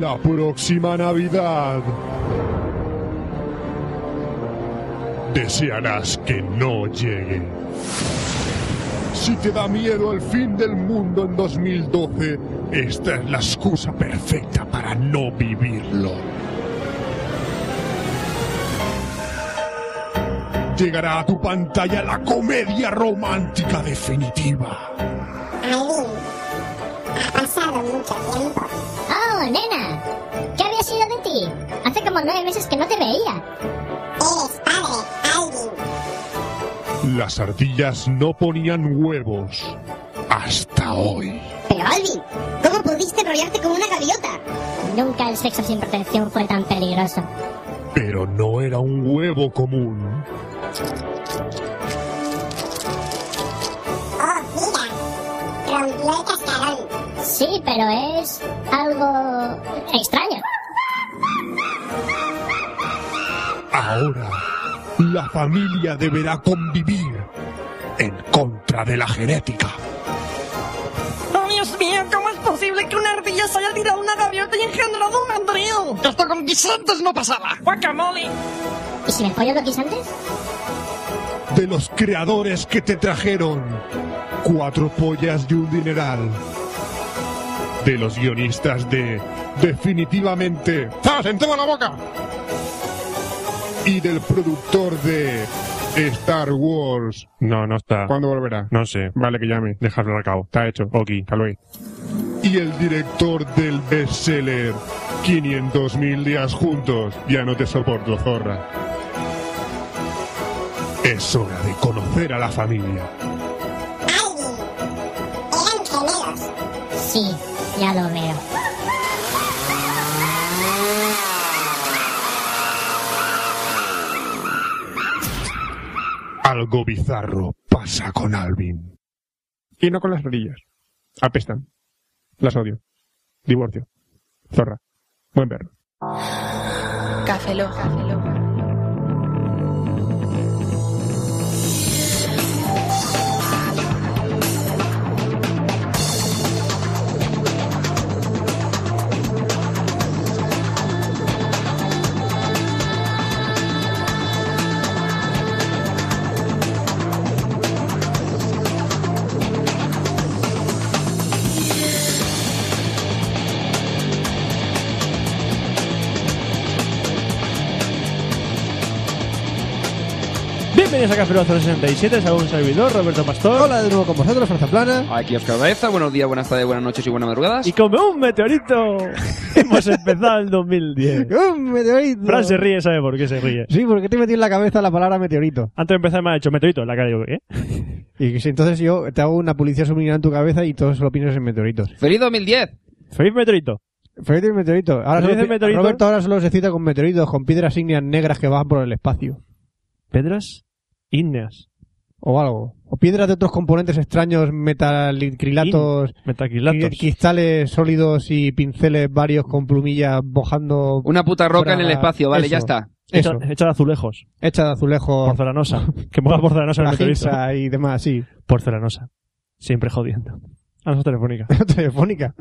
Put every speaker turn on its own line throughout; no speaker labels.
la próxima Navidad desearás que no llegue. Si te da miedo el fin del mundo en 2012, esta es la excusa perfecta para no vivirlo. Llegará a tu pantalla la comedia romántica definitiva.
Aileen, ha pasado mucho tiempo.
¡Oh, nena! ¿Qué había sido de ti? Hace como nueve meses que no te veía.
Eres padre, Alvin.
Las ardillas no ponían huevos hasta hoy.
Pero Alvin, ¿cómo pudiste enrollarte como una gaviota?
Nunca el sexo sin protección fue tan peligroso.
Pero no era un huevo común.
Oh, mira, rompió el cascarón.
Sí, pero es algo extraño.
Ahora, la familia deberá convivir en contra de la genética.
¡Oh, Dios mío! ¿Cómo es posible que una ardilla se haya tirado una gaviota y engendrado un mandril? ¡Esto con guisantes no pasaba! ¡Guacamole!
¿Y si me follo lo guisantes?
De los creadores que te trajeron, cuatro pollas y un dineral. De los guionistas de Definitivamente. ¡Zas, en toda la boca! Y del productor de Star Wars.
No, no está.
¿Cuándo volverá?
No sé.
Vale, que llame.
Dejarlo al cabo.
Está hecho.
Ok, hasta luego.
y el director del bestseller 500.000 días juntos. Ya no te soporto, zorra. Es hora de conocer a la familia.
Alvin, eran gemelos.
Sí, ya lo veo.
Algo bizarro pasa con Alvin.
Y no con las rodillas. Apestan. Las odio. Divorcio. Zorra. Buen perro.
Café Lock.
Bienvenidos a Café Lock 067, saludos un servidor, Roberto Pastor.
Hola de nuevo con vosotros, Franza Plana.
Aquí Oscar Baeza, buenos días, buenas tardes, buenas noches y buenas madrugadas.
Y como un meteorito, hemos empezado el 2010.
¡Un meteorito!
Fran se ríe, sabe por qué se ríe.
Sí, porque te he metido en la cabeza la palabra meteorito.
Antes de empezar me ha hecho meteorito en la cara. Yo, ¿eh?
Y si entonces yo te hago una publicidad subliminal en tu cabeza y todos lo piensas en meteoritos.
¡Feliz 2010!
Feliz meteorito.
Feliz el meteorito. Ahora
Feliz
solo-
el meteorito.
Roberto ahora solo se cita con meteoritos, con piedras ígneas negras que bajan por el espacio.
Pedras ígneas.
O algo. O piedras de otros componentes extraños, metalicrilatos,
Metaquilatos.
cristales sólidos y pinceles varios con plumillas bojando.
Una puta roca en el
Para-
espacio, vale,
eso.
ya está.
Hecha,
Eso,
hecha de azulejos.
hecha de azulejos,
Porcelanosa. que ponga porcelanosa en el meteorito.
ajiza y demás, sí.
Porcelanosa. Siempre jodiendo. A nosotros telefónica.
telefónica.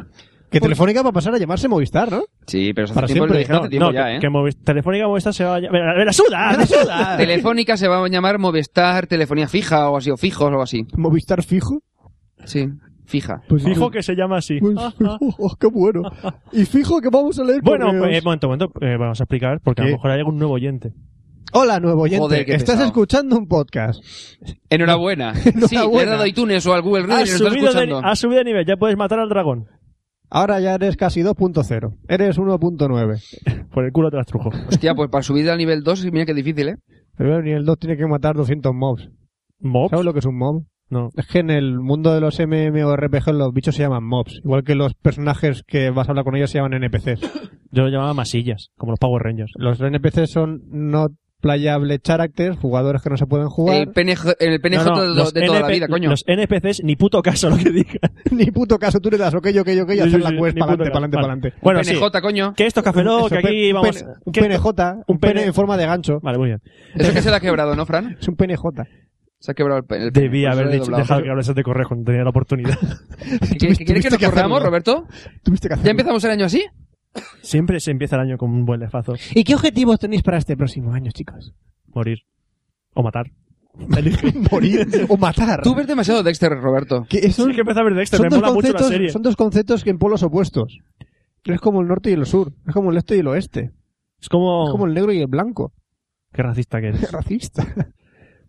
Que telefónica va a pasar a llamarse Movistar, ¿no?
Sí, pero eso hace
Para
tiempo,
siempre.
lo dijeron hace tiempo ya,
que,
¿eh? Ah,
que Movis- Telefónica Movistar se va a... ¡Me la suda! ¡Me la suda!
Telefónica se va a llamar Movistar Telefonía Fija o así, o Fijos o así.
Movistar fijo.
Sí, fija.
Pues
Fijo que se llama así. Ah.
Pues, oh, qué bueno. Y fijo que vamos a leer
Bueno,
correos.
eh, momento, momento. eh, vamos a explicar porque a lo
¿Qué?
mejor hay algún nuevo oyente.
Hola, nuevo oyente.
Joder, qué
Estás
pesado.
escuchando un podcast.
Enhorabuena. Sí, le he
Enhorabuena.
dado iTunes o al Google Radio
Ha
y lo está
subido, de,
escuchando.
ha subido de nivel, ya puedes matar al dragón.
Ahora ya eres casi 2.0. Eres 1.9.
Por el culo te las trujo.
Hostia, pues para subir al nivel 2, mira qué difícil, ¿eh?
Pero ni el 2 tiene que matar 200 mobs.
¿Mob?
¿Sabes lo que es un mob?
No.
Es que en el mundo de los MMORPG los bichos se llaman mobs. Igual que los personajes que vas a hablar con ellos se llaman NPCs.
Yo lo llamaba masillas, como los Power Rangers.
Los NPCs son no playable characters, jugadores que no se pueden jugar.
El PNJ, el PNJ
No, no,
de,
los
de toda la
NP
vida, coño.
Los NPCs, ni puto caso lo que digan.
Ni puto caso, tú le das ok, ok, ok y
Sí,
hacer
sí,
la
sí,
quest
ni
para
puto
adelante, para adelante,
caso.
para adelante.
Bueno, sí.
PNJ, coño.
Que esto es Café Lock,
Eso,
que
pe-
aquí
un
vamos...
pene- Un
que esto-
PNJ, un pene en forma de gancho.
Vale, muy bien.
Eso que se la ha quebrado, ¿no, Fran?
Es un PNJ.
Se ha quebrado el, pe- el
Debía
pues
haber
lo he
dicho,
doblado.
dejado que hables de correjo, no tenía la oportunidad.
¿Qué- qué- ¿Quieres que
tuviste
nos
que
corramos,
hacerlo.
Roberto?
Tuviste que hacer.
¿Ya empezamos el año así?
Siempre se empieza el año con un buen lefazo.
¿Y qué objetivos tenéis para este próximo año, chicos?
Morir. O matar.
Morir o matar.
Tú ves demasiado Dexter, Roberto.
Que son,
Sí, que empieza a ver Dexter.
son
Me
dos
mola mucho la
conceptos-
serie.
son dos conceptos que en polos opuestos. Es como el norte y el sur. Es como el este y el oeste.
Es como...
Es como el negro y el blanco.
Qué racista que
Es
eres.
racista.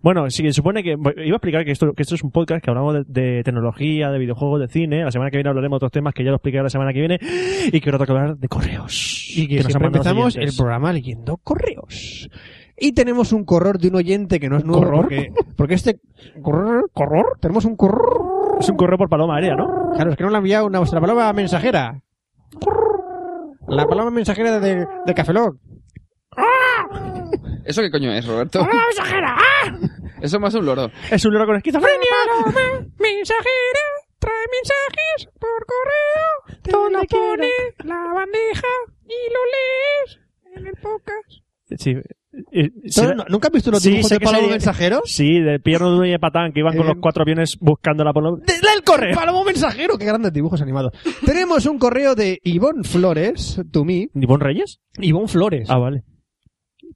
bueno, sí, que supone que... Iba a explicar que esto, que esto es un podcast que hablamos de, de tecnología, de videojuegos, de cine. La semana que viene hablaremos de otros temas que ya lo explicaré la semana que viene. Y que ahora toca hablar de correos.
Y que,
nos han
siempre
mandado los
empezamos el
oyentes.
programa leyendo correos.
Y tenemos un corror de un oyente que no es nuevo.
¿Corror?
Porque, porque este. ¿Corror? ¿Corror? Tenemos un corror.
Es un correo por paloma aérea, ¿no?
Claro, es que no lo ha enviado una, la palabra mensajera. La palabra mensajera de, de Cafeloc.
¿Eso qué coño es, Roberto?
Ah.
Ah,
Eso más un loro.
Es un loro con esquizofrenia.
Mensajera, trae mensajes por correo. Te lo pone la bandeja y lo lees en el podcast.
Sí. eh, será-
¿Nunca has visto los
Sí,
dibujos
sé
de
que
palabra
sería-
mensajero?
Sí, del Pierno Duro y de Patán, que iban con
Eh,
los cuatro aviones buscando la paloma.
¡Dale el correo! ¡Palomo mensajero! ¡Qué grandes dibujos animados! Tenemos un correo de Ivonne Flores, to me.
¿Nibón Reyes?
Ivonne Flores.
Ah, vale.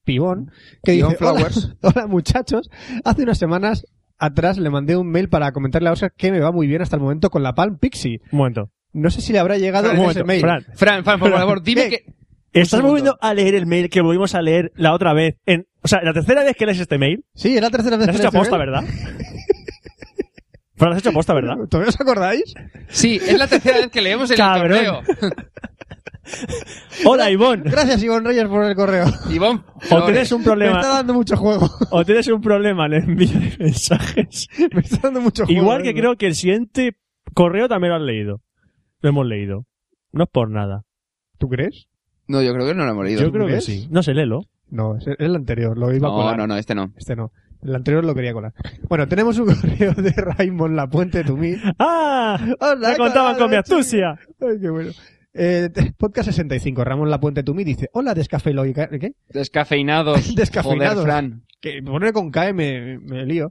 Pibón, que
Pibón
dice, "Hola-
Flowers".
Hola, muchachos, hace unas semanas atrás le mandé un mail para comentarle a Oscar que me va muy bien hasta el momento con la Palm Pixie.
Un momento.
No sé si le habrá llegado
Un
ese
momento,
mail.
Fran.
Fran, Fran, por favor, dime
Eh,
que...
Estás
segundo.
volviendo a leer el mail que volvimos a leer la otra vez. En, o sea, la tercera vez que lees este mail,
Sí, es la tercera vez
lo has
que
hecho
le
a posta, ¿verdad? Fran, lo has hecho a posta, ¿verdad?
¿Todavía os acordáis?
Sí, es la tercera vez que leemos en el
Cabrón.
correo.
Hola, Ivonne.
Gracias, Ivonne Reyes, por el correo.
Ivonne,
O
Flores.
tienes un
Me está
problema,
dando mucho juego.
o tienes un problema en el envío de mensajes.
Me está dando mucho juego.
Igual que
eso.
creo que el siguiente correo también lo han leído. Lo hemos leído. No es por nada.
¿Tú crees?
No, yo creo que no lo hemos leído.
Yo creo que
ves?
sí. No sé, léelo.
No, es es el anterior, lo iba a
No,
colar.
no, no, este no.
Este no. El anterior lo quería colar. Bueno, tenemos un correo de Raymond Lapuente, to me.
¡Ah!
Hola,
Me contaban con mi astucia.
Ay, qué bueno. Eh, te- podcast 65, Ramón Lapuente Tumí dice, hola descafeilo y ¿qué?
Descafeinados.
Descafeinados.
Joder, Fran.
Que poner con K me, me lío.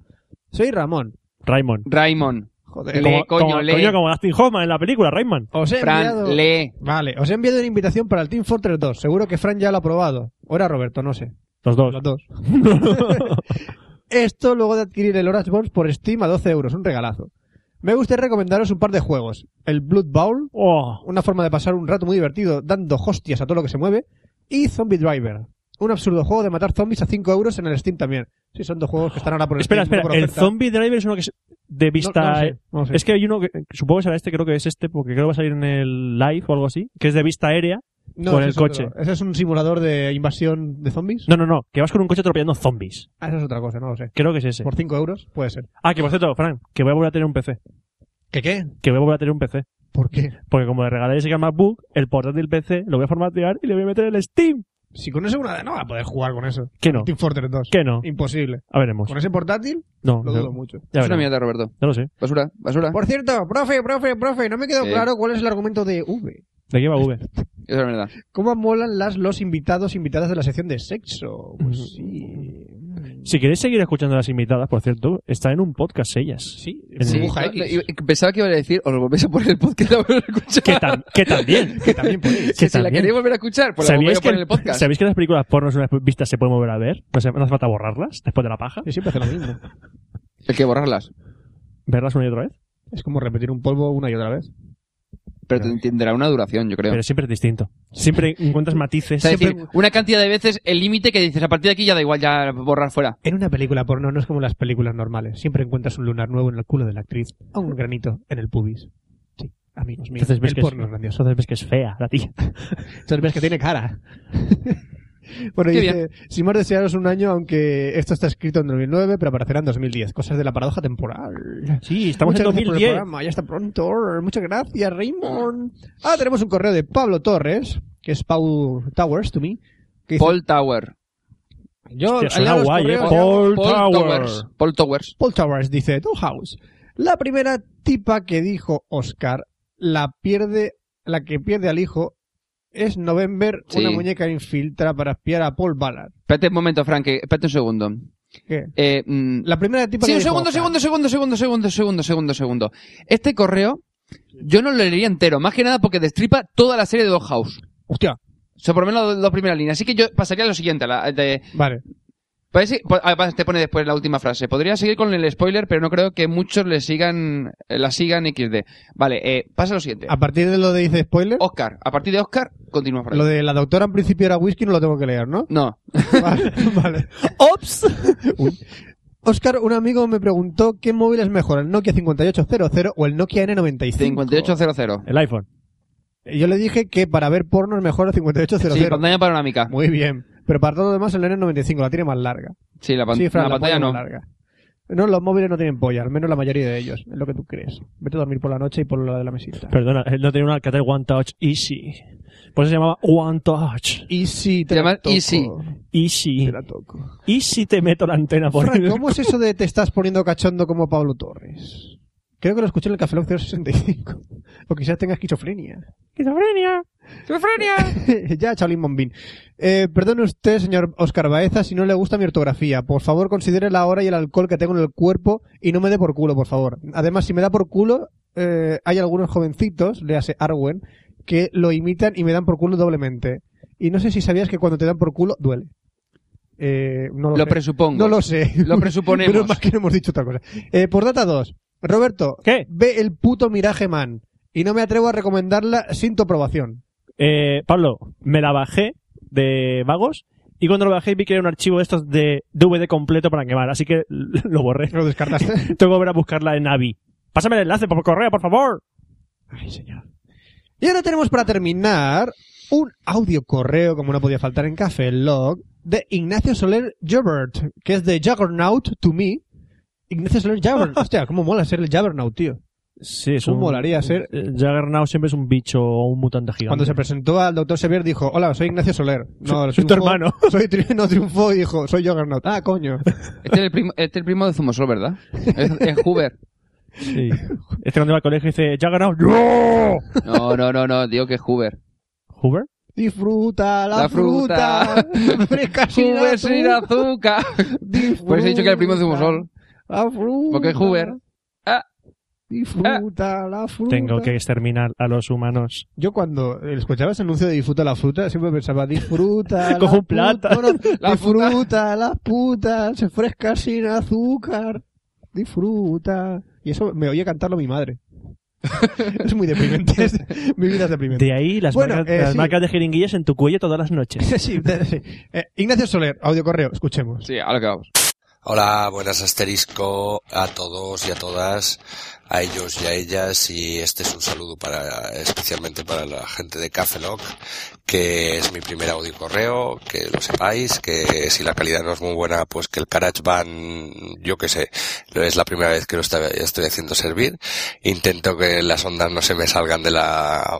Soy Ramón.
Raymond.
Raymond.
Joder.
Como-
Le- coño,
como,
lee.
coño, como Dustin Hoffman en la película, Rayman.
Os he enviado...
Fran, lee.
Vale, os he enviado una invitación para el Team Fortress 2. Seguro que Fran ya lo ha probado. O era Roberto, no sé. Pues
Los dos.
Los dos. Esto luego de adquirir el Orange Box por Steam a 12 euros. Un regalazo. Me gustaría recomendaros un par de juegos. El Blood Bowl,
Oh,
una forma de pasar un rato muy divertido dando hostias a todo lo que se mueve, y Zombie Driver, un absurdo juego de matar zombies a 5 euros en el Steam también. Sí, son dos juegos que están ahora por el
espera,
Steam,
espera.
no por
El
oferta.
Zombie Driver es uno que es de
No,
vista. eh?
no lo sé, no lo sé.
Es que hay uno que supongo que será este, creo que es este, porque creo que va a salir en el live o algo así, que es de vista aérea.
No,
con
ese
el
es otro.
coche.
¿Ese es un simulador de invasión de zombies?
No, no, no, que vas con un coche atropellando zombies.
Ah, esa es otra cosa, no lo sé.
Creo que es ese.
Por 5 euros puede ser.
Ah, que por cierto, Frank, que voy a volver a tener un PC.
¿Qué qué?
Que voy a volver a tener un PC.
¿Por qué?
Porque como le regalé ese MacBook, el portátil PC lo voy a formatear y le voy a meter el Steam.
Si con eso una no va a poder jugar con eso.
Que no,
Team Fortress 2.
que no.
Imposible.
A veremos.
Con ese portátil
No,
lo dudo
no,
mucho.
ya
es una
veremos.
mierda, Roberto.
Ya lo sé.
Basura, basura.
Por cierto, profe, profe, profe, no me quedó
Sí.
claro cuál es el argumento de V.
De aquí va V.
Eso es verdad.
¿Cómo molan las los invitados invitadas de la sección de sexo? Pues sí.
Si queréis seguir escuchando a las invitadas, por cierto, está en un podcast ellas.
Sí,
En
Sí,
dibuja
no,
X.
y- pensaba que iba a decir, os lo volvéis a poner el podcast a volver a escuchar.
Que, tan- que también.
Que también podéis.
que
si la
también.
queréis volver a escuchar, pues la
¿Sabíais
volvéis a
que,
poner en el podcast.
sabéis que las películas pornos una vez vistas se pueden volver a ver? No, se- no hace falta borrarlas después de la paja.
Yo siempre hace lo mismo.
Hay que borrarlas.
Verlas una y otra vez.
Es como repetir un polvo una y otra vez.
Pero te- tendrá una duración, yo creo.
Pero siempre es distinto. Siempre encuentras
o
matices.
sea, es
Siempre-
decir, una cantidad de veces el límite que dices, a partir de aquí ya da igual, ya borrar fuera.
En una película porno no es como las películas normales. Siempre encuentras un lunar nuevo en el culo de la actriz o un granito en el pubis. Sí, amigos míos.
Entonces ves,
el
que
porno
es,
es grandioso.
entonces ves que es fea la tía.
Entonces ves que tiene cara. bueno,
Qué
dice, sin más desearos un año, aunque esto está escrito en 2009, pero aparecerá en 2010. Cosas de la paradoja temporal.
Sí, estamos
Muchas
en
gracias por el
2010.
programa. Ya está pronto. Pues Muchas gracias, Raymond. Ah, tenemos un correo de Pablo Torres, que es Pau Towers to me. Que dice,
Paul Tower.
yo,
Hostia,
al
suena
lado de los
guay, ¿eh?
correos, ya-
Paul,
Paul
Tower.
Towers. Paul Towers.
Paul Towers dice, Dollhouse. La primera tipa que dijo Oscar, la pierde, la que pierde al hijo, es November,
Sí.
una muñeca infiltra para espiar a Paul Ballard.
Espérate un momento, Frank. que- Espérate un segundo.
¿Qué?
Eh, mm,
La primera tipa
Sí,
que
un
dijo
segundo,
Oscar.
segundo, segundo, segundo, segundo, segundo, segundo, segundo. Este correo yo no lo leería entero, más que nada porque destripa toda la serie de Dollhouse.
Hostia.
Son por lo menos las dos primeras líneas. Así que yo pasaría a lo siguiente. a la de-
Vale.
Parece- po- además, te pone después la última frase. Podría seguir con el spoiler, pero no creo que muchos le sigan, eh, la sigan XD. Vale, eh, pasa a lo siguiente.
A partir de lo de dice spoiler,
Oscar. A partir de Oscar, continúa frase.
lo de la doctora en principio era whisky, no lo tengo que leer, ¿no?
No.
¡Ops! Uy. Oscar, un amigo me preguntó qué móvil es mejor, el Nokia 5800 o el Nokia N95.
5800.
El iPhone.
Y Yo le dije que para ver porno es mejor el 5800.
Sí, pantalla panorámica.
Muy bien. Pero para todo lo demás el N95 la tiene más larga.
Sí, la, pan-
Sí, Fran,
la pantalla
polla
no.
es más larga. No, los móviles no tienen polla, al menos la mayoría de ellos, es lo que tú crees. Vete a dormir por la noche y por la de la mesita.
Perdona, él no tenía un Alcatel One Touch Easy. Por eso se llamaba One Touch.
Easy,
te
llaman toco. Easy.
Easy. Te
la toco.
Easy te meto la antena por
Fran,
el-
¿cómo es eso de te estás poniendo cachondo como Pablo Torres? Creo que lo escuché en el Café Lock 065. O quizás tenga esquizofrenia.
¡Esquizofrenia! ¡Esquizofrenia!
ya, Chaolin Bombín. Eh, perdone usted, señor Oscar Baeza, si no le gusta mi ortografía. Por favor, considere la hora y el alcohol que tengo en el cuerpo y no me dé por culo, por favor. Además, si me da por culo, eh, hay algunos jovencitos, le hace Arwen, que lo imitan y me dan por culo doblemente. Y no sé si sabías que cuando te dan por culo, duele. Eh, no lo,
Lo
sé.
presupongo.
No lo sé.
Lo presuponemos.
Pero más que no hemos dicho otra cosa. Eh, por data 2. Roberto, ve el puto Mirage Man. Y no me atrevo a recomendarla sin tu aprobación.
Eh, Pablo, me la bajé de vagos y cuando lo bajé vi que era un archivo de estos de DVD completo para quemar, así que lo borré.
¿Lo descartaste?
Tengo que volver a buscarla en Navi. Pásame el enlace por correo, por favor.
Ay, señor. Y ahora tenemos para terminar un audio correo, como no podía faltar en Café Log, de Ignacio Soler Jobert, que es de Juggernaut to me. Ignacio Soler Jobert. Hostia, cómo mola ser el Juggernaut, tío.
Sí, es
¿Cómo
un...
molaría ser?
eh, Juggernaut siempre es un bicho o un mutante gigante.
Cuando se presentó al doctor Sevier dijo, hola, soy Ignacio Soler. No,
Soy- soy tu hermano.
Soy tri- no triunfó y dijo, soy Juggernaut. Ah, coño.
Este es el, primo- este es el primo de Zumosol, ¿verdad? Es, es Hoover.
Sí. Este cuando va al colegio dice, Juggernaut, ¡no!
No, no, no, no, digo que es Hoover.
¿Hoover?
Disfruta la,
La fruta.
fruta. Fresca sin
Hoover sin
azúcar.
azúcar. Por eso he dicho que era el primo de Zumosol.
La fruta.
Porque es Ah. Hoover.
Disfruta la fruta.
Tengo que exterminar a los humanos.
Yo cuando escuchaba ese anuncio de disfruta la fruta, siempre pensaba, disfruta
Cojo
la
un plátano.
puta-
La fruta.
disfruta las putas, se fresca sin azúcar, disfruta. Y eso me oye cantarlo mi madre. es muy deprimente, es- mi vida es deprimente.
De ahí las,
Bueno,
marcas,
eh,
las
sí.
marcas de jeringuillas en tu cuello todas las noches.
Sí, de- sí. Eh, Ignacio Soler, audio correo, escuchemos.
Sí, ahora que vamos.
Hola, buenas asterisco a todos y a todas, a ellos y a ellas, y este es un saludo para, especialmente para la gente de Cafeloc, que es mi primer audio correo, que lo sepáis, que si la calidad no es muy buena, pues que el GarageBand, yo que sé, lo es la primera vez que lo está- estoy haciendo servir, intento que las ondas no se me salgan de la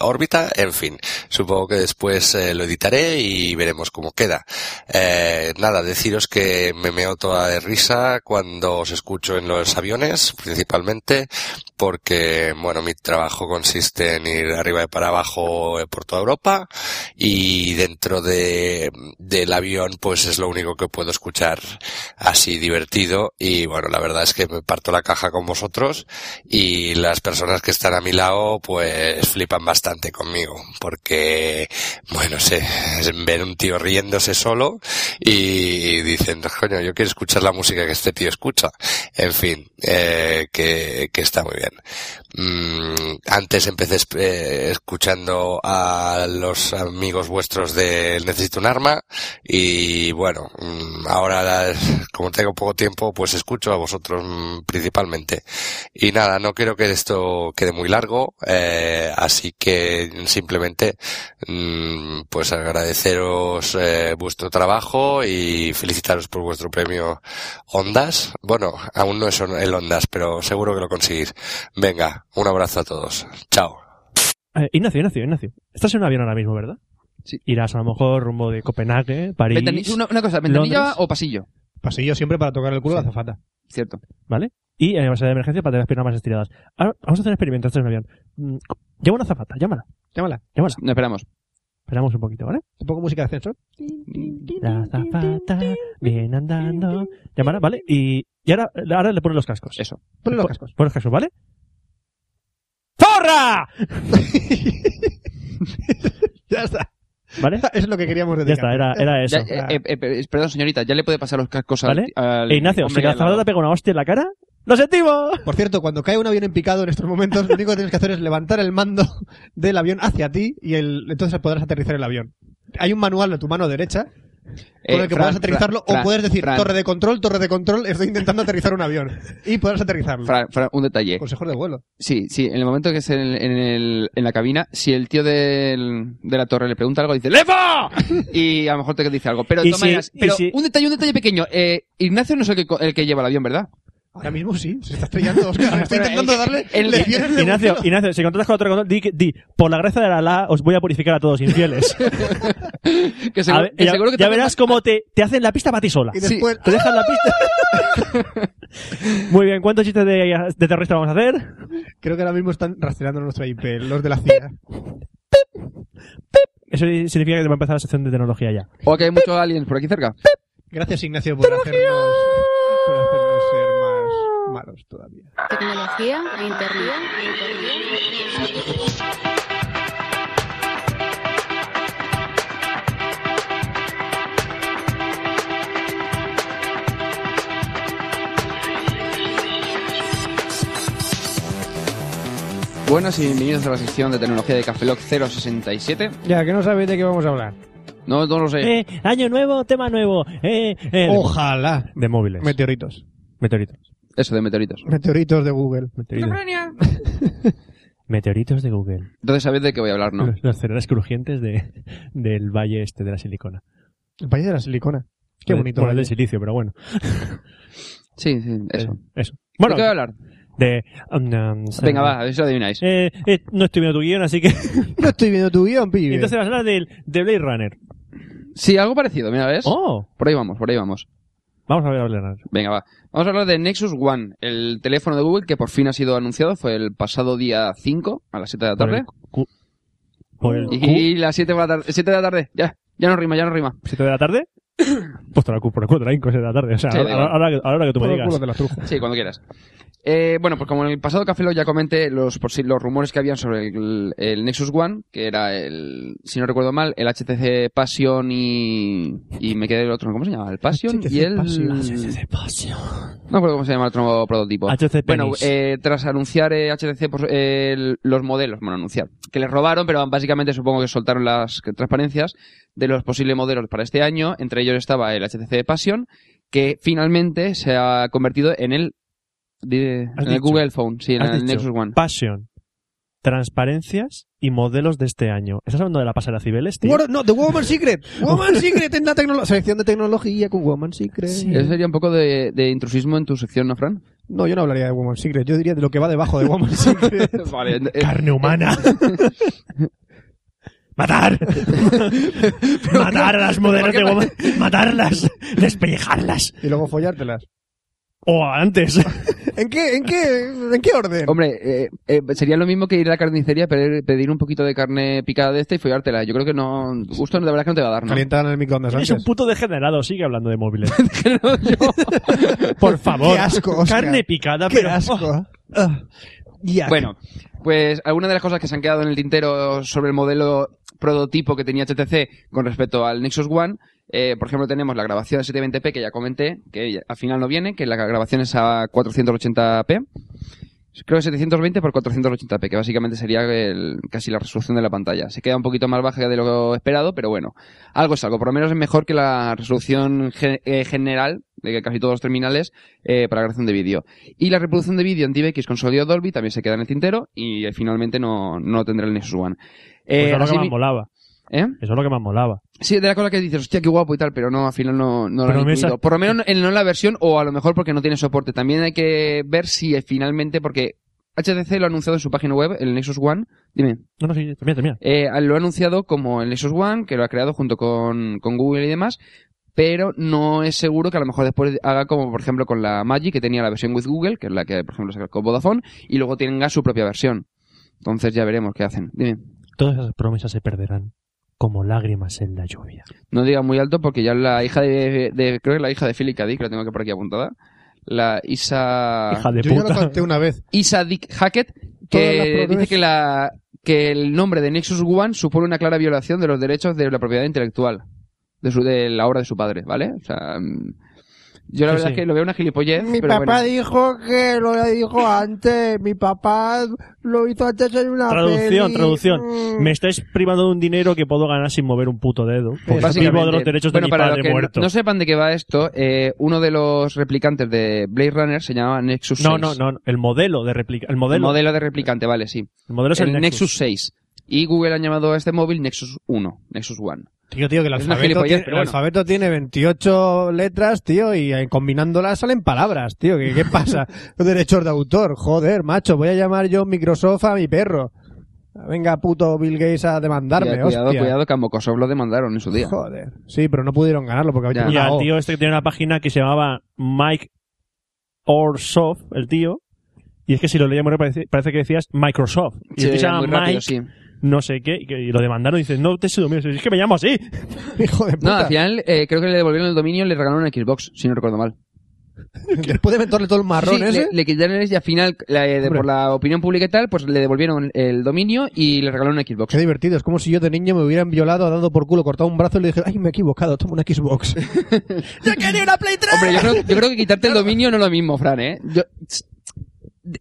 órbita, en fin, supongo que después eh, lo editaré y veremos cómo queda. Eh, nada, deciros que me meo toda de risa cuando os escucho en los aviones, principalmente, porque, bueno, mi trabajo consiste en ir arriba y para abajo eh, por toda Europa y dentro de, del avión, pues es lo único que puedo escuchar así divertido y, bueno, la verdad es que me parto la caja con vosotros y las personas que están a mi lado, pues flipan bastante conmigo, porque, bueno, sé, ven un tío riéndose solo y dicen, coño, yo quiero escuchar la música que este tío escucha. En fin, eh, que, que está muy bien. Mm, antes empecé es- eh, escuchando a los amigos vuestros de Necesito un arma y bueno, mm, ahora las- como tengo poco tiempo, pues escucho a vosotros mm, principalmente. Y nada, no quiero que esto quede muy largo, eh, así que simplemente mm, pues agradeceros eh, vuestro trabajo y felicitaros por vuestro premio Ondas. Bueno, aún no es on- el Ondas, pero seguro que lo conseguís. Venga, un abrazo a todos. Chao.
Eh, Ignacio, Ignacio, Ignacio. Estás en un avión ahora mismo, ¿verdad?
Sí.
Irás a lo mejor rumbo de Copenhague, París.
Ventani- una, una cosa, ¿ventanilla
Londres.
o pasillo?
Pasillo siempre para tocar el culo a la azafata.
Cierto.
¿Vale? Y en base de emergencia para tener las piernas más estiradas. Ahora vamos a hacer un experimento. Estás en un avión. Mm, Llama a una zapata, llámala.
Llámala.
Llámala.
No esperamos.
Esperamos un poquito, ¿vale?
¿Te pongo música de ascensor?
La zapata viene andando. Llámala, ¿vale? Y, y ahora, ahora le ponen los cascos.
Eso. Pues,
Ponle los cascos.
Pon los cascos, ¿vale? ¡Zorra!
ya está.
¿Vale?
Es lo que queríamos
Ya está, era, era eso.
Ya, eh, eh, eh, perdón, señorita, ya le puede pasar los cascos al-
¿Vale?
al.
Eh, Ignacio, si
hombre que al
Cazador
lado.
te pega una hostia en la cara, ¡lo
¿eh?
sentimos!
Por cierto, cuando cae un avión en picado en estos momentos, lo único que tienes que hacer es levantar el mando del avión hacia ti y el, entonces podrás aterrizar el avión. Hay un manual de tu mano derecha con
Eh,
el que
Fran,
podrás aterrizarlo
Fran,
o puedes decir
Fran.
torre de control, torre de control, estoy intentando aterrizar un avión y podrás aterrizarlo.
Fran, eh. Fran, un detalle.
Consejos de vuelo.
Sí, sí, en el momento que es en, el- en el- en la cabina, si el tío del- de la torre le pregunta algo, dice ¡Lefa! Y a lo mejor te dice algo. Pero, de
Y
todas
si-
maneras,
y
pero
si-
un detalle, un detalle pequeño. Eh, Ignacio no es el que, co- el que lleva el avión, ¿verdad?
Ahora mismo sí, se está estrellando Oscar. Estoy intentando darle
eh, el-
lecciones de
Ignacio,
vuelo.
Ignacio, si contratas con otro control, di, que- di, por la gracia de la la, os voy a purificar a todos infieles.
Que
A
seguro,
ver,
que
ya
seguro que
ya
también-
verás cómo te, te hacen la pista para ti sola.
Y después-
Te dejan la pista. Muy bien, ¿cuántos chistes de, de terrorista vamos a hacer?
Creo que ahora mismo están rastreando nuestra IP, los de la CIA.
Eso significa que te va a empezar la sección de tecnología ya.
O que hay muchos aliens por aquí cerca.
Gracias Ignacio por hacernos, por hacernos ser más malos todavía.
Tecnología e internet.
Buenas y bienvenidos a la sección de tecnología de Cafeloc 067.
Ya, que no sabéis de qué vamos a hablar.
No, no lo sé.
Eh, año nuevo, tema nuevo. Eh, eh,
Ojalá.
De móviles.
Meteoritos.
Meteoritos.
Eso de meteoritos.
Meteoritos de Google.
Meteoritos. Meteoritos de Google.
Entonces sabéis de qué voy a hablar, ¿no?
Los, los cereales crujientes de, del valle este de la silicona.
El país de la silicona. Qué
Bueno,
bonito.
Bueno,
vaya.
del silicio, pero bueno.
Sí, sí, eso.
Eso. Bueno,
Bueno, ¿De qué voy a hablar?
de... um, um,
Venga, va, a ver si lo adivináis.
Eh, eh, no estoy viendo tu guión, así que...
No estoy viendo tu guión, pibe.
Entonces vas a hablar del, de Blade Runner.
Sí, algo parecido, mira, ¿ves?
Oh,
Por ahí vamos, por ahí vamos.
vamos a ver a Blade Runner.
Venga, va. Vamos a hablar de Nexus One, el teléfono de Google que por fin ha sido anunciado. Fue el pasado día 5 a las 7 de la
Por
tarde.
el cu- Por el cu-
Y las 7 de la tarde, 7 de la tarde, ya. Ya no rima, ya no rima.
¿Siete de la tarde? Pues te la cu- por el culo, te la inco, siete de la tarde. O sea,
Sí, da
ahora,
igual.
ahora que- ahora que tú me
Por el
digas.
culo de la truja.
Sí, cuando quieras. Eh, bueno, pues como en el pasado Café Lock ya comenté los, posi- los rumores que habían sobre el, el Nexus One, que era el, si no recuerdo mal, el HTC Passion y, y me quedé el otro, ¿cómo se llama? El Passion
HTC
y el...
Ah,
Passion.
No recuerdo cómo se llama el otro prototipo.
HTC
Bueno,
Penis.
eh, tras anunciar eh, HTC pues, eh, el- los modelos, bueno, anunciar, que les robaron, pero básicamente supongo que soltaron las que- transparencias de los posibles modelos para este año. Entre ellos estaba el HTC Passion, que finalmente se ha convertido en el, de- en
Has
el
dicho.
Google Phone, sí, en
Has
el
dicho,
Nexus One.
Passion, transparencias y modelos de este año. ¿Estás hablando de la pasarela Cibeles, tío?
Wor- no, The Woman Secret. Woman Secret en la tecnología. Selección de tecnología con Woman Secret.
Sí.
Eso sería un poco de, de intrusismo en tu sección, ¿no, Fran?
No, yo no hablaría de Woman Secret. Yo diría de lo que va debajo de Woman Secret.
vale, eh,
Carne humana. eh, Matar. Matar a las modelos de goma. Matarlas. Despellejarlas.
y luego follártelas.
O antes.
¿En qué, en qué, en qué orden?
Hombre, eh, eh, sería lo mismo que ir a la carnicería pedir, pedir un poquito de carne picada de esta y follártela. Yo creo que no, gusto de verdad que no te va a dar, ¿no?
Calientan en el microondas
Es
antes.
un puto degenerado. Sigue hablando de móviles.
No, yo-
Por favor.
Qué asco, Oscar.
Carne picada,
Qué
pero. oh.
asco. Ah, yuck.
Bueno, pues algunas de las cosas que se han quedado en el tintero sobre el modelo prototipo que tenía HTC con respecto al Nexus One, eh, por ejemplo tenemos la grabación de 720p que ya comenté, que ya- al final no viene, que la grabación es a 480p. Creo que 720 por 480p, que básicamente sería el- casi la resolución de la pantalla. Se queda un poquito más baja de lo esperado, pero bueno, algo es algo. Por lo menos es mejor que la resolución ge- eh, general de casi todos los terminales eh, para grabación de vídeo. Y la reproducción de vídeo en DivX con sonido Dolby también se queda en el tintero y eh, finalmente no, no tendrá el Nexus One. Eh,
Pues eso es lo que
así
más
mi-
molaba.
¿Eh?
Eso es lo que más molaba.
Sí, de la cosa que dices, hostia, qué guapo y tal, pero no, al final no, no lo
Pero
han
me
incluido.
sa-
Por lo menos no- en, no en la versión o a lo mejor porque no tiene soporte. También hay que ver si eh, finalmente, porque HTC lo ha anunciado en su página web, el Nexus One, dime,
No, no, sí, termina, termina.
eh, lo ha anunciado como el Nexus One, que lo ha creado junto con, con Google y demás, pero no es seguro que a lo mejor después haga como, por ejemplo, con la Magic, que tenía la versión with Google, que es la que, por ejemplo, sacó Vodafone, y luego tenga su propia versión. Entonces ya veremos qué hacen. Dime.
Todas esas promesas se perderán como lágrimas en la lluvia.
No diga muy alto porque ya la hija de, de- creo que la hija de Philip K. Dick, que la tengo aquí por aquí apuntada, la Isa
Hija de
Yo ya lo
puta.
conté una vez.
Isa Dick Hackett
Todas las
que
promesas.
dice que la que el nombre de Nexus One supone una clara violación de los derechos de la propiedad intelectual de, su, de la obra de su padre, ¿vale? O sea, mm, yo la
Sí,
verdad
sí.
es que lo veo una
Eh,
gilipollez.
Mi
pero
papá
bueno.
dijo que lo dijo antes. Mi papá lo hizo antes en una
Traducción,
peli.
traducción.
Mm.
Me estáis privando de un dinero que puedo ganar sin mover un puto dedo. Porque
Básicamente,
vivo de los derechos de
bueno,
mi
para los
padre
que
muerto.
No, no sepan de qué va esto, eh, uno de los replicantes de Blade Runner se llamaba Nexus
No,
6.
no, no, El modelo de replica. El
El
modelo.
modelo de replicante, vale, sí.
El modelo es el Nexus.
6. Y Google ha llamado a este móvil Nexus 1, Nexus One.
Tío, tío, que el
Es una
alfabeto,
gilipollez,
tiene,
pero
el
bueno.
alfabeto tiene 28 letras, tío, y eh, combinándolas salen palabras, tío. ¿Qué, qué pasa? Los derechos de autor. Joder, macho, voy a llamar yo Microsoft a mi perro. Venga, puto Bill Gates a demandarme,
Cuidado, cuidado,
hostia.
cuidado, que a Mocosov lo demandaron en su día.
Joder. Sí, pero no pudieron ganarlo porque había
Y
una
al
O.
tío este que tenía una página que se llamaba Mike Orsoft, el tío. Y es que si lo leíamos parece, parece que decías Microsoft. Y el
Sí,
tío se llama
muy rápido,
Mike,
sí.
no sé qué, y, que- y lo demandaron y dices, no te sudo, es que me llamo así.
Hijo de
No, al final eh, creo que le devolvieron el dominio y le regalaron una Xbox, si no recuerdo mal.
Después de meterle todo el marrón
Sí,
ese.
Le, le quitaron ese y al final, la- eh, de- por la opinión pública y tal, pues le devolvieron el dominio y le regalaron una Xbox.
Qué divertido, es como si yo de niño me hubieran violado, dado por culo, cortado un brazo y le dije, ay, me he equivocado, toma una Xbox.
Hombre, yo creo, yo creo que quitarte el dominio no es lo mismo, Fran, ¿eh? Yo,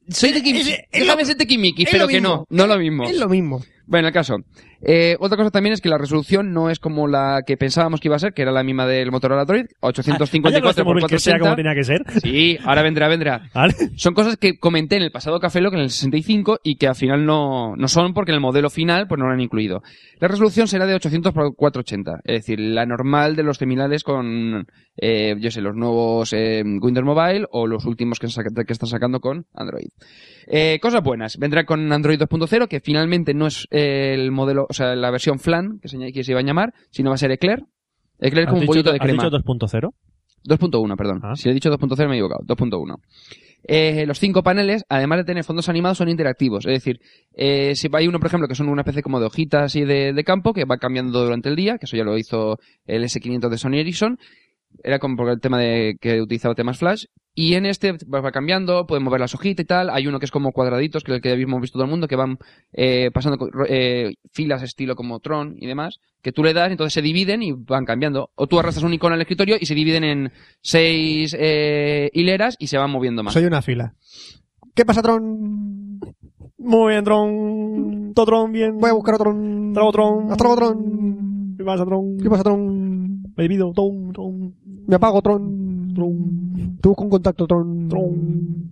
soy de Kimiki. Déjame ser de Kimiki,
es
pero
lo
que no,
mismo.
no es lo mismo.
es lo mismo.
Bueno, el caso. Eh, otra cosa también es que la resolución no es como la que pensábamos que iba a ser, que era la misma del Motorola Droid,
Vaya con este
854 por
móvil que sea como
480.
tenía que ser.
Sí, ahora vendrá, vendrá. Son cosas que comenté en el pasado Café Lock en el 65 y que al final no, no son porque en el modelo final pues no lo han incluido. La resolución será de 800 por 480, es decir, la normal de los terminales con, eh, yo sé, los nuevos eh, Windows Mobile o los últimos que, saca- que están sacando con Android. Eh, cosas buenas. Vendrá con Android 2.0, que finalmente no es eh, el modelo, o sea, la versión flan que se, que se iba a llamar, sino va a ser Eclair. Eclair
¿Has
como un
dicho-
pollito de
has
crema.
dicho Ah. 2.0?
2.1, perdón. Si he dicho 2.0 me he equivocado. 2.1. Eh, los cinco paneles, además de tener fondos animados, son interactivos. Es decir, eh, si hay uno, por ejemplo, que son una especie como de hojitas así de, de campo que va cambiando durante el día, que eso ya lo hizo el S500 de Sony Ericsson. Era como por el tema de que utilizaba temas flash. Y en este va va cambiando, podemos ver las hojitas y tal. Hay uno que es como cuadraditos, que es el que habíamos visto todo el mundo, que van eh, pasando co- ro- eh, filas estilo como Tron y demás, que tú le das, entonces se dividen y van cambiando. O tú arrastras un icono al escritorio y se dividen en seis eh, hileras y se van moviendo más.
Soy una fila. ¿Qué pasa, Tron?
Muy bien, Tron. Totron, bien.
Voy a buscar a Tron.
Trabotron.
Astrobotron.
¿Qué pasa, Tron?
¿Qué pasa, Tron?
Me divido. Tron, Tron.
Me apago, Tron. Tron. Tú busca un contacto, Tron. Tron.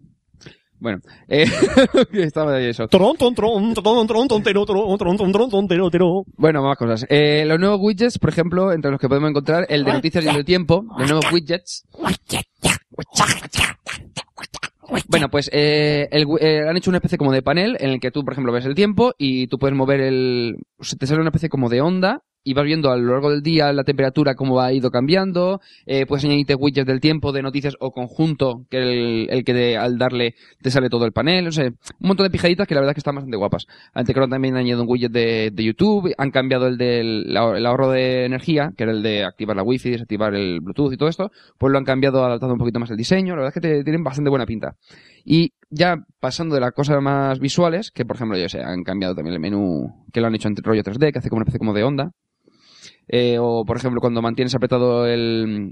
Bueno, eh, estaba ahí eso.
Tron, tron, tron, tron, tron, tontero, tron, tron, tron, tron, tontero, tero.
Bueno, más cosas. Eh, los nuevos widgets, por ejemplo, entre los que podemos encontrar el de noticias y el del tiempo, los nuevos widgets. Bueno, pues eh, el wi- eh, han hecho una especie como de panel en el que tú, por ejemplo, ves el tiempo y tú puedes mover el... Se te sale una especie como de onda y vas viendo a lo largo del día la temperatura cómo ha ido cambiando. eh, puedes añadirte widgets del tiempo, de noticias o conjunto, que el, el que de- al darle te sale todo el panel. O sea, un montón de pijaditas que la verdad es que están bastante guapas. Anticron también han añadido un widget de, de YouTube, han cambiado el del el ahor- el ahorro de energía, que era el de activar la wifi, desactivar el Bluetooth y todo esto, pues lo han cambiado adaptando un poquito más el diseño. La verdad es que te- tienen bastante buena pinta. Y ya pasando de las cosas más visuales, que por ejemplo, yo sé, han cambiado también el menú, que lo han hecho en rollo 3D, que hace como una especie como de onda. Eh, o por ejemplo, cuando mantienes apretado el...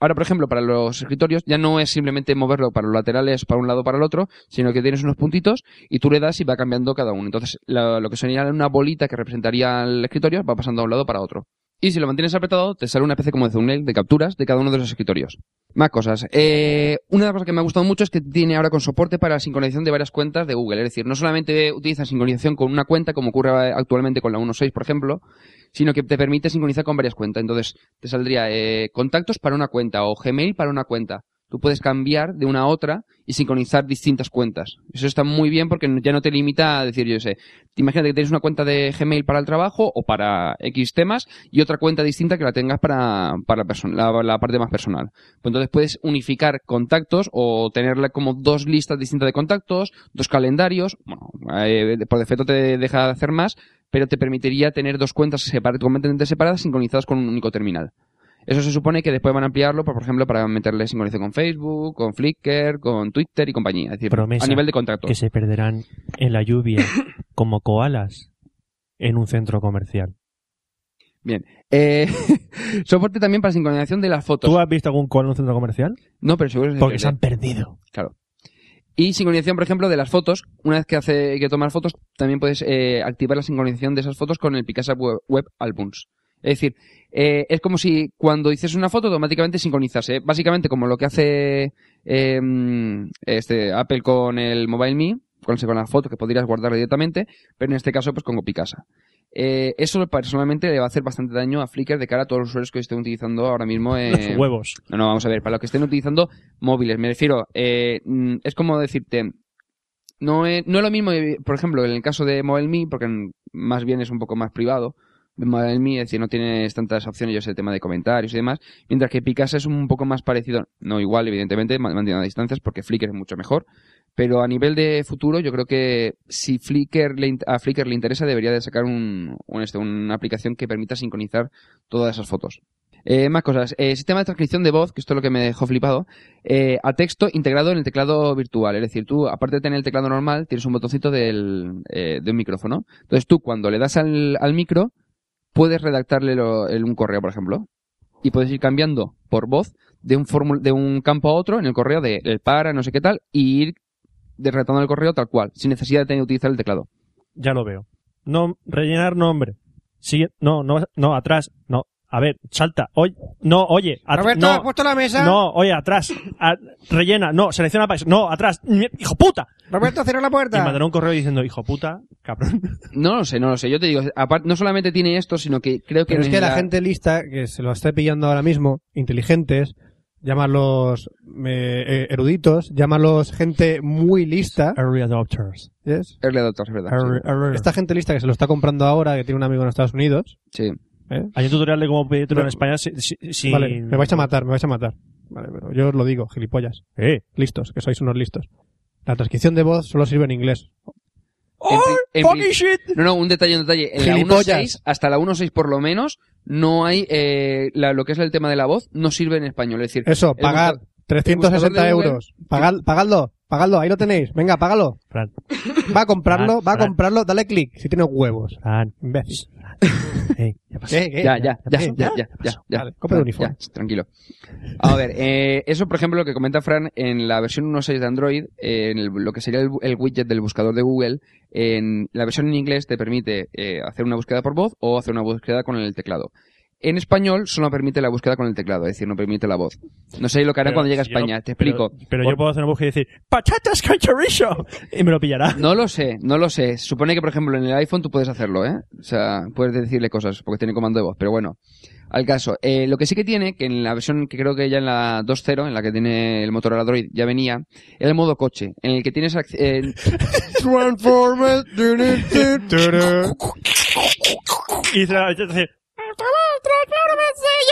Ahora, por ejemplo, para los escritorios ya no es simplemente moverlo para los laterales, para un lado, para el otro, sino que tienes unos puntitos y tú le das y va cambiando cada uno. Entonces, la- lo que sería una bolita que representaría el escritorio va pasando de un lado para otro. Y si lo mantienes apretado, te sale una especie como de thumbnail de capturas de cada uno de los escritorios. Más cosas. Eh, una de las cosas que me ha gustado mucho es que tiene ahora con soporte para la sincronización de varias cuentas de Google. Es decir, no solamente utiliza sincronización con una cuenta, como ocurre actualmente con la 1.6, por ejemplo, sino que te permite sincronizar con varias cuentas. Entonces, te saldría eh, contactos para una cuenta o Gmail para una cuenta. Tú puedes cambiar de una a otra y sincronizar distintas cuentas. Eso está muy bien porque ya no te limita a decir, yo sé, imagínate que tienes una cuenta de Gmail para el trabajo o para X temas y otra cuenta distinta que la tengas para, para la, perso- la- la parte más personal. Pues entonces puedes unificar contactos o tenerla como dos listas distintas de contactos, dos calendarios. Bueno, eh, por defecto te deja de hacer más, pero te permitiría tener dos cuentas separ- completamente separadas sincronizadas con un único terminal. Eso se supone que después van a ampliarlo, pues, por por ejemplo, para meterle sincronización con Facebook, con Flickr, con Twitter y compañía. Es decir,
Promesa
a nivel de contactos.
Que se perderán en la lluvia como koalas en un centro comercial.
Bien. Eh, soporte también para sincronización de las fotos.
¿Tú has visto algún cono en un centro comercial?
No, pero seguro que
Eh,
Porque se
internet.
han perdido.
Claro. Y sincronización, por ejemplo, de las fotos. Una vez que hace que tomas fotos, también puedes eh, activar la sincronización de esas fotos con el Picasa Web, Web Albums. Es decir, eh, es como si cuando dices una foto automáticamente sincronizase. Básicamente como lo que hace eh, este Apple con el Mobile Me, con, con las fotos que podrías guardar directamente, pero en este caso pues con Picasa. Eh, eso personalmente le va a hacer bastante daño a Flickr de cara a todos los usuarios que estén utilizando ahora mismo. eh,
Los huevos.
No, no, vamos a ver, para los que estén utilizando móviles, me refiero, eh, mm, es como decirte, no es, no es lo mismo, eh, por ejemplo, en el caso de MobileMe, porque mm, más bien es un poco más privado, MobileMe, es decir, no tienes tantas opciones, yo sé, el tema de comentarios y demás, mientras que Picasa es un poco más parecido, no igual, evidentemente, ma- manteniendo las distancias, porque Flickr es mucho mejor, pero a nivel de futuro, yo creo que si Flickr le in- a Flickr le interesa, debería de sacar un, un este, una aplicación que permita sincronizar todas esas fotos. Eh, más cosas. Eh, sistema de transcripción de voz, que esto es lo que me dejó flipado, eh, a texto integrado en el teclado virtual. Es decir, tú, aparte de tener el teclado normal, tienes un botoncito del, eh, de un micrófono. Entonces tú, cuando le das al, al micro, puedes redactarle lo- el- un correo, por ejemplo. Y puedes ir cambiando por voz de un, formu- de un campo a otro en el correo de el para, no sé qué tal, y ir de- redactando el correo tal cual, sin necesidad de tener que utilizar el teclado.
Ya lo veo. No, rellenar nombre. Sí, no, no, no, atrás. No, a ver, salta. Oye, no, oye. at-
Roberto,
no,
¿has puesto la mesa?
No, oye, atrás. A- rellena, no, selecciona país. No, atrás. Mier- ¡Hijo puta!
Roberto, cierra la
Y
puerta.
mandará un correo diciendo, hijo puta, cabrón.
No lo sé, no lo sé. Yo te digo, aparte, no solamente tiene esto, sino que creo que...
Pero es que la
necesita-
gente lista, que se lo está pillando ahora mismo, inteligentes, llamarlos eh, eh, eruditos, llamarlos gente muy lista.
Early adopters.
¿yes?
Early adopters, es verdad.
Early-
sí.
early. Esta gente lista que se lo está comprando ahora, que tiene un amigo en Estados Unidos.
Sí.
¿eh?
Hay un tutorial de cómo pedirlo en
No.
España si- si- sin...
Vale, me vais a matar, me vais a matar. Vale, pero yo os lo digo, gilipollas.
Eh.
Listos, que sois unos listos. La transcripción de voz solo sirve en inglés.
En pri- en pri- No, no, un detalle, un detalle. En la
Gilipollas.
1.6, hasta la 1.6 por lo menos, no hay, eh, la- lo que es el tema del la voz, no sirve en español. Es decir,
Eso,
el
pagad.
busca- el buscador
360
de Google-
euros. Pagad, pagadlo, pagadlo, ahí lo tenéis. Venga, pagadlo.
Fran,
Va a comprarlo,
Fran,
va a
Fran.
comprarlo, dale clic, si tienes huevos.
Fran,
Imbécil.
eh, ya pasó.
¿Qué, qué?
Ya, ya, ya,
¿Qué?
ya, ya, ya, ya, ya.
Vale, compra el
Ya,
uniforme.
ya, tranquilo. A ver, eh, eso por ejemplo lo que comenta Fran en la versión 1.6 de Android, eh, en el- lo que sería el, el widget del buscador de Google, en la versión en inglés te permite eh, hacer una búsqueda por voz o hacer una búsqueda con el teclado. En español solo permite la búsqueda con el teclado, es decir, no permite la voz. No sé lo que hará
Pero
cuando llegue a
si yo no-
España, te explico.
Pero, pero
Por-
yo puedo hacer una búsqueda y decir, ¡patatas con chorizo! Y me lo pillará.
No lo sé, no lo sé. Se supone que, por ejemplo, en el iPhone tú puedes hacerlo, ¿eh? O sea, puedes decirle cosas porque tiene comando de voz, pero bueno. Al caso, eh, lo que sí que tiene, que en la versión que creo que ya en la 2.0, en la que tiene el motor Android, ya venía, era el modo coche, en el que tienes... acc- eh,
Transformers. du, du, du, du, du.
Y dice la- dice,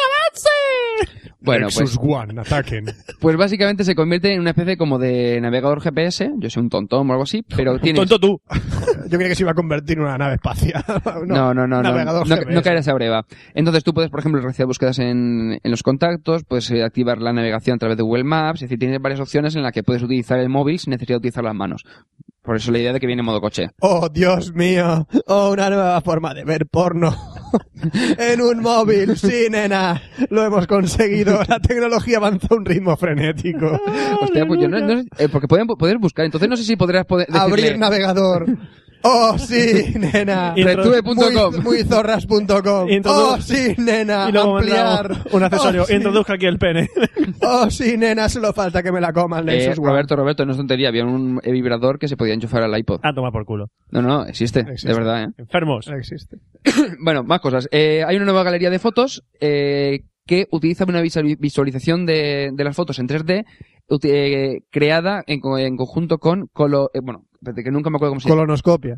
bueno, pues,
Nexus One, ataquen.
pues básicamente se convierte en una especie como de navegador GPS, yo soy un tontón o algo así, pero tienes...
¡Tonto tú!
Yo creía que se iba a convertir en una nave espacial.
No, no, no, no, no,
navegador
no,
GPS.
caer a esa breva. Entonces tú puedes, por ejemplo, realizar búsquedas en, en los contactos, puedes eh, activar la navegación a través de Google Maps, es decir, tienes varias opciones en las que puedes utilizar el móvil sin necesidad de utilizar las manos. Por eso la idea de que viene en modo coche.
Oh, Dios mío. Oh, una nueva forma de ver porno. en un móvil. Sí, nena. Lo hemos conseguido. La tecnología avanza a un ritmo frenético.
Hostia, pues yo no- no sé- eh, porque pueden poder buscar, entonces no sé si podrás poder
Abrir
decirle
navegador. Oh, sí, nena.
Y entonces-
Retube.com.
Muy, zorras.com.
Y entonces-
Oh, sí, nena.
y luego
ampliar.
vendrá un accesorio.
Oh, sí.
Introduzca aquí el pene.
Oh, sí, nena. Solo falta que me la coman.
Eh,
Nexus One.
Roberto, Roberto, no es tontería, había un eh, vibrador que se podía enchufar al iPod.
A tomar por culo.
No, no, existe,
Existe.
de verdad, ¿eh?
Enfermos.
No existe.
Bueno, más cosas. Eh, hay una nueva galería de fotos eh, que utiliza una visual- visualización de, de las fotos en 3D uti- eh, creada en, co- en conjunto con colo, eh, bueno, espérate, que nunca me acuerdo cómo se llama.
Colonoscopia.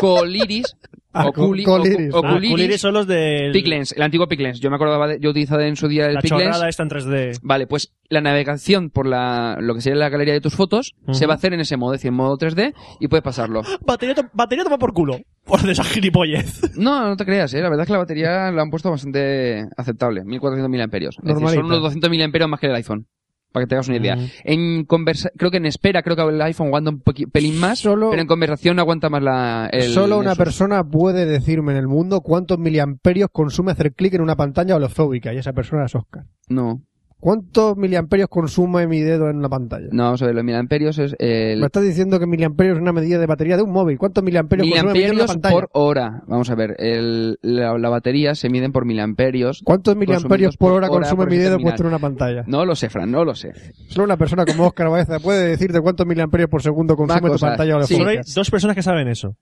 Coliris,
Ah,
Oculi-
col- coliris.
Ocu-
Ah,
Oculiris,
culiris son los del...
Piclens, el antiguo Piclens. Yo me acordaba, de, yo utilizaba en su día el
La
Piclens.
chorrada está en 3D.
Vale, pues la navegación por la, lo que sería la galería de tus fotos se
Ujú.
va a hacer en ese modo, es decir, en modo 3D y puedes pasarlo.
Batería, to- batería toma por culo. Por de esa gilipollez.
No, no te creas, ¿eh? la verdad es que la batería la han puesto bastante aceptable, 1400 mil amperios. Es decir,
Normalita. Mm.
son unos 200 mil amperios más que el iPhone. Para que te hagas una idea.
Mm.
Ujú.
En conversa creo que en espera, creo que el iPhone aguanta un poqui- pelín más, pero en conversación aguanta más la, el
Solo una
Nexus.
persona puede decirme en el mundo cuántos miliamperios consume hacer clic en una pantalla holofóbica y esa persona es Oscar.
No,
¿Cuántos miliamperios consume mi dedo en una pantalla?
no, vamos a ver, los miliamperios es el...
Me estás diciendo que miliamperios es una medida de batería de un móvil. ¿Cuántos miliamperios consume mi dedo en pues una
Miliamperios
pantalla?
por hora. Vamos a ver, el- la, la batería se miden por miliamperios.
¿Cuántos miliamperios
consumidos
por hora consume
por
mi dedo
terminal.
puesto en una pantalla?
No lo sé, Fran, no lo sé.
Solo una persona como Oscar Baeza puede decirte cuántos miliamperios por segundo consume tu
cosas.
pantalla
Solo hay
holofóbica.
dos personas que saben eso.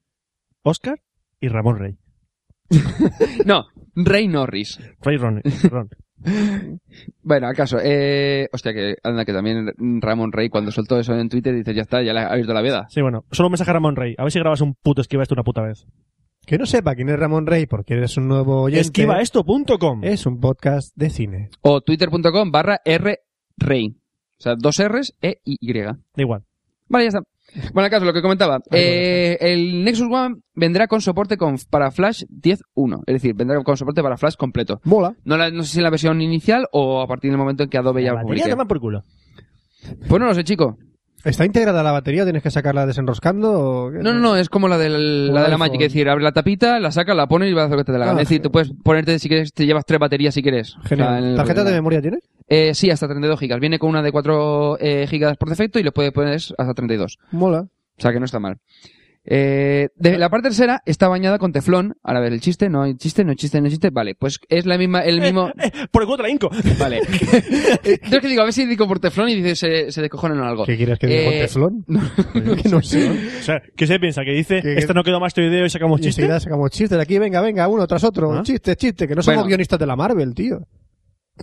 Oscar y Ramón Rey.
No, Ray Norris.
Ray Ron, eh, perdón.
Bueno, acaso, eh, hostia, que anda que también Ramón Rey cuando soltó eso en Twitter dice, ya está, ya le ha abierto la veda.
Sí, bueno, solo un mensaje a Ramón Rey. A ver si grabas un puto esquiva esto una puta vez.
Que no sepa quién es Ramón Rey porque eres un nuevo oyente.
¿eh?
Esquivaesto.com.
Es un podcast de cine.
O twitter.com barra R Rey. O sea, dos R's, E y Y.
Igual.
Vale, ya está. Bueno, acaso, lo que comentaba. eh, el Nexus One vendrá con soporte con, para Flash 10.1. Es decir, vendrá con soporte para Flash completo.
Mola.
No, la- no sé si en la versión inicial o a partir del momento en que Adobe ya lo
Batería
publique.
toma por culo.
Pues no lo sé, chico.
¿Está integrada la batería? o ¿Tienes que sacarla desenroscando? o qué?
No, no, no, es como la, del, la de la
iPhone.
Magic. Es decir, abre la tapita, la saca, la pones y vas a hacer lo que te dé la gana.
Ah,
Es decir, tú puedes ponerte, si quieres, te llevas tres baterías si quieres.
Genial. ¿Tarjeta de memoria tienes?
Eh, sí, hasta 32 gigas. Viene con una de 4 eh, gigas por defecto y le puedes poner hasta 32.
Mola.
O sea que no está mal. Eh, de la parte trasera está bañada con teflón. Ahora a ver, el chiste, no hay chiste, no hay chiste, no hay chiste. Vale, pues es la misma, el mismo.
por el cuatro la inco.
Vale. Eh, Yo es que digo, a ver si digo por teflón y dices, se, se descojonan o algo.
¿Qué quieres que
eh,
diga con teflón? no sé.
O sea, ¿qué se piensa? Que dice, esto no quedó más tu video y sacamos
Y enseguida
chistes.
sacamos chistes de aquí, venga, venga, uno tras otro.
Ah.
Chiste, chiste, que no somos
Bueno.
guionistas de la Marvel, tío.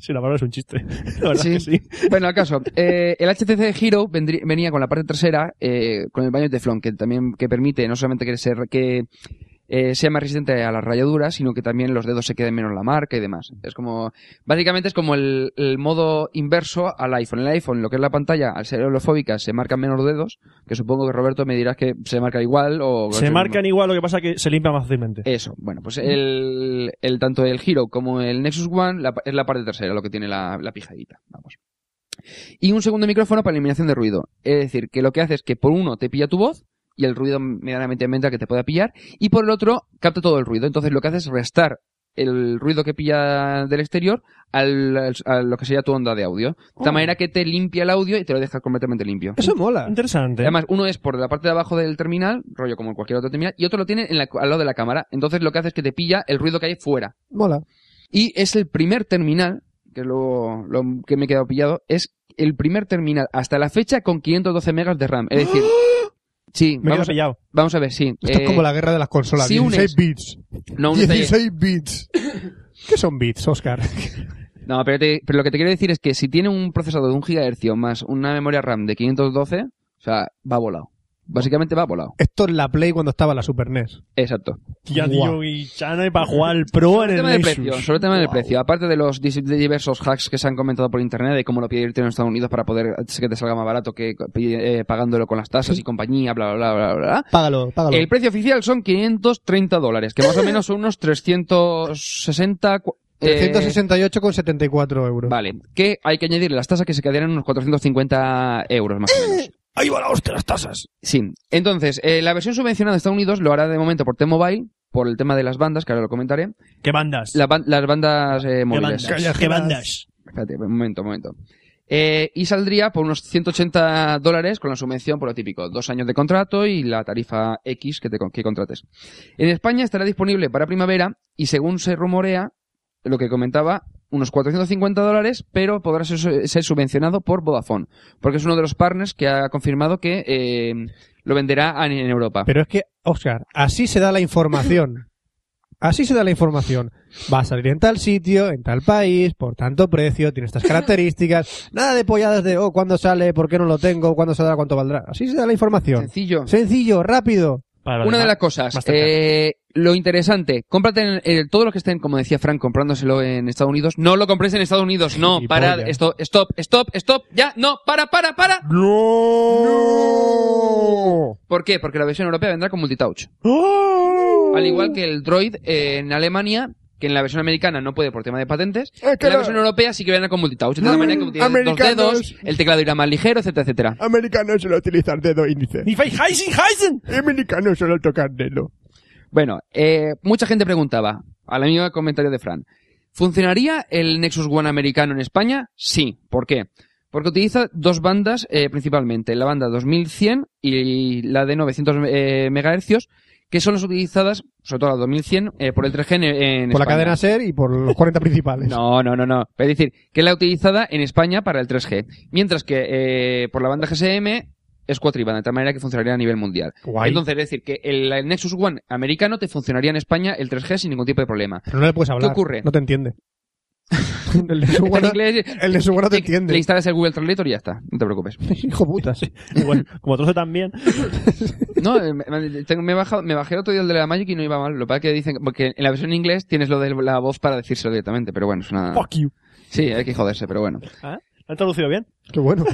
Sí, la palabra es un chiste. La verdad
Sí.
que sí.
Bueno, al caso, eh, el HTC Hero vendrí- venía con la parte trasera eh, con el baño de teflón, que también que permite no solamente que, se, re- que eh, sea más resistente a las rayaduras, sino que también los dedos se queden menos la marca y demás. Es como, básicamente es como el, el modo inverso al iPhone. El iPhone, lo que es la pantalla, al ser holofóbica, se marcan menos dedos, que supongo que Roberto me dirás que se marca igual o...
Se marcan igual, lo que pasa que se limpia más fácilmente.
Eso, bueno, pues el, el- tanto el Hero como el Nexus One la pa- es la parte trasera lo que tiene la, la pijadita, vamos. Y un segundo micrófono para eliminación de ruido. Es decir, que lo que hace es que por uno te pilla tu voz y el ruido medianamente aumenta que te pueda pillar y por el otro capta todo el ruido. Entonces lo que hace es restar el ruido que pilla del exterior al, al- a lo que sería tu onda de audio. De tal manera que te limpia el audio y te lo deja completamente limpio.
Eso mola.
Interesante.
Además, uno es por la parte de abajo del terminal, rollo como en cualquier otro terminal, y otro lo tiene en la- al lado de la cámara. Entonces lo que hace es que te pilla el ruido que hay fuera.
Mola.
Y es el primer terminal, que es lo, lo que me he quedado pillado, es el primer terminal hasta la fecha con 512 megas de RAM. Es decir, sí,
Me he
vamos
quedado
a,
pillado.
vamos a ver, sí.
Esto
eh,
es como la guerra de las consolas.
si unes-
16 bits.
No, un detalle.
16 bits. ¿Qué son bits, Oscar?
No, pero, te- pero lo que te quiero decir es que si tiene un procesador de un gigahercio más una memoria RAM de 512, o sea, va volado. Básicamente va volado.
Esto es la Play cuando estaba la Super E NES.
Exacto.
Ya, tío, y ya no hay para jugar al pro en el
Sobre el tema del
Nexus.
precio, sobre el tema del precio, aparte de los dis- de diversos hacks que se han comentado por internet de cómo lo pedirte en Estados Unidos para poder que te salga más barato que eh, pagándolo con las tasas y compañía, bla, bla, bla, bla, bla.
Págalo, págalo.
El precio oficial son 530 dólares, que más o menos son unos 360... cu- eh,
368,74 euros.
Vale, que hay que añadirle las tasas que se quedarían en unos 450 euros más o menos.
Ahí va la hostia, las tasas.
Sí, entonces, eh, la versión subvencionada de Estados Unidos lo hará de momento por T-Mobile, por el tema de las bandas, que ahora lo comentaré.
¿Qué bandas?
La ban- las bandas eh, móviles.
bandas? ¿Qué bandas?
Espérate, un momento, un momento. Eh, y saldría por unos 180 dólares con la subvención por lo típico, dos años de contrato y la tarifa X que, te, con- que contrates. En España estará disponible para primavera y según se rumorea, lo que comentaba, unos 450 dólares, pero podrá ser, su- ser subvencionado por Vodafone, porque es uno de los partners que ha confirmado que eh, lo venderá en, en Europa.
Pero es que, Oscar, así se da la información. Así se da la información. Va a salir en tal sitio, en tal país, por tanto precio, tiene estas características. Nada de polladas de, oh, ¿cuándo sale? ¿Por qué no lo tengo? ¿Cuándo saldrá? ¿Cuánto valdrá? Así se da la información.
Sencillo.
Sencillo, rápido.
Una de las cosas, eh, lo interesante, cómprate en, eh, todos los que estén, como decía Frank, comprándoselo en Estados Unidos. No lo compréis en Estados Unidos, no, para, esto, stop, stop, stop, ya, no, para, para, para.
¡No!
¿Por qué? ¡Oh! Porque la versión europea vendrá con multitouch. Al igual que el Droid eh, en Alemania que en la versión americana no puede por tema de patentes.
que
en la
no.
versión europea sí que vienen con multitouch. De tal manera que
Mm,
utilizas dos
americanos.
dedos, el teclado irá más ligero, etcétera, etcétera.
Americano suele utilizar dedo índice.
¡Ni Heisen, Heisen!
Americano suele tocar dedo.
Bueno, eh, mucha gente preguntaba, al amigo del comentario de Fran, ¿funcionaría el Nexus One americano en España? Sí. ¿Por qué? Porque utiliza dos bandas eh, principalmente, la banda 2100 y la de 900 eh, MHz, que son las utilizadas, sobre todo la 2100, eh, por el 3G en, en
Por la
España.
cadena SER y por los 40 principales.
No, no, no, no. Es decir, que la utilizada en España para el 3G. Mientras que eh, por la banda GSM es cuatribanda, de tal manera que funcionaría a nivel mundial.
Guay.
Entonces, es decir, que el, el Nexus One americano te funcionaría en España el 3G sin ningún tipo de problema.
Pero no le puedes hablar.
¿Qué ocurre?
No te entiende. el de su
Está en
guarda-
inglés,
el de su guarda te
le-
entiende.
Le instalas el Google Translator y ya está, no te preocupes.
Hijo putas.
Igual, como trozo también.
No, eh, me, me- tengo- me he bajado- me bajé el otro día el de la Magic y no iba mal. Lo que pasa es que dicen, porque en la versión en inglés tienes lo de la voz para decírselo directamente, pero bueno, es una...
Fuck you.
Sí, hay que joderse, pero bueno.
¿Ah? ¿Lo han traducido bien?
Qué bueno.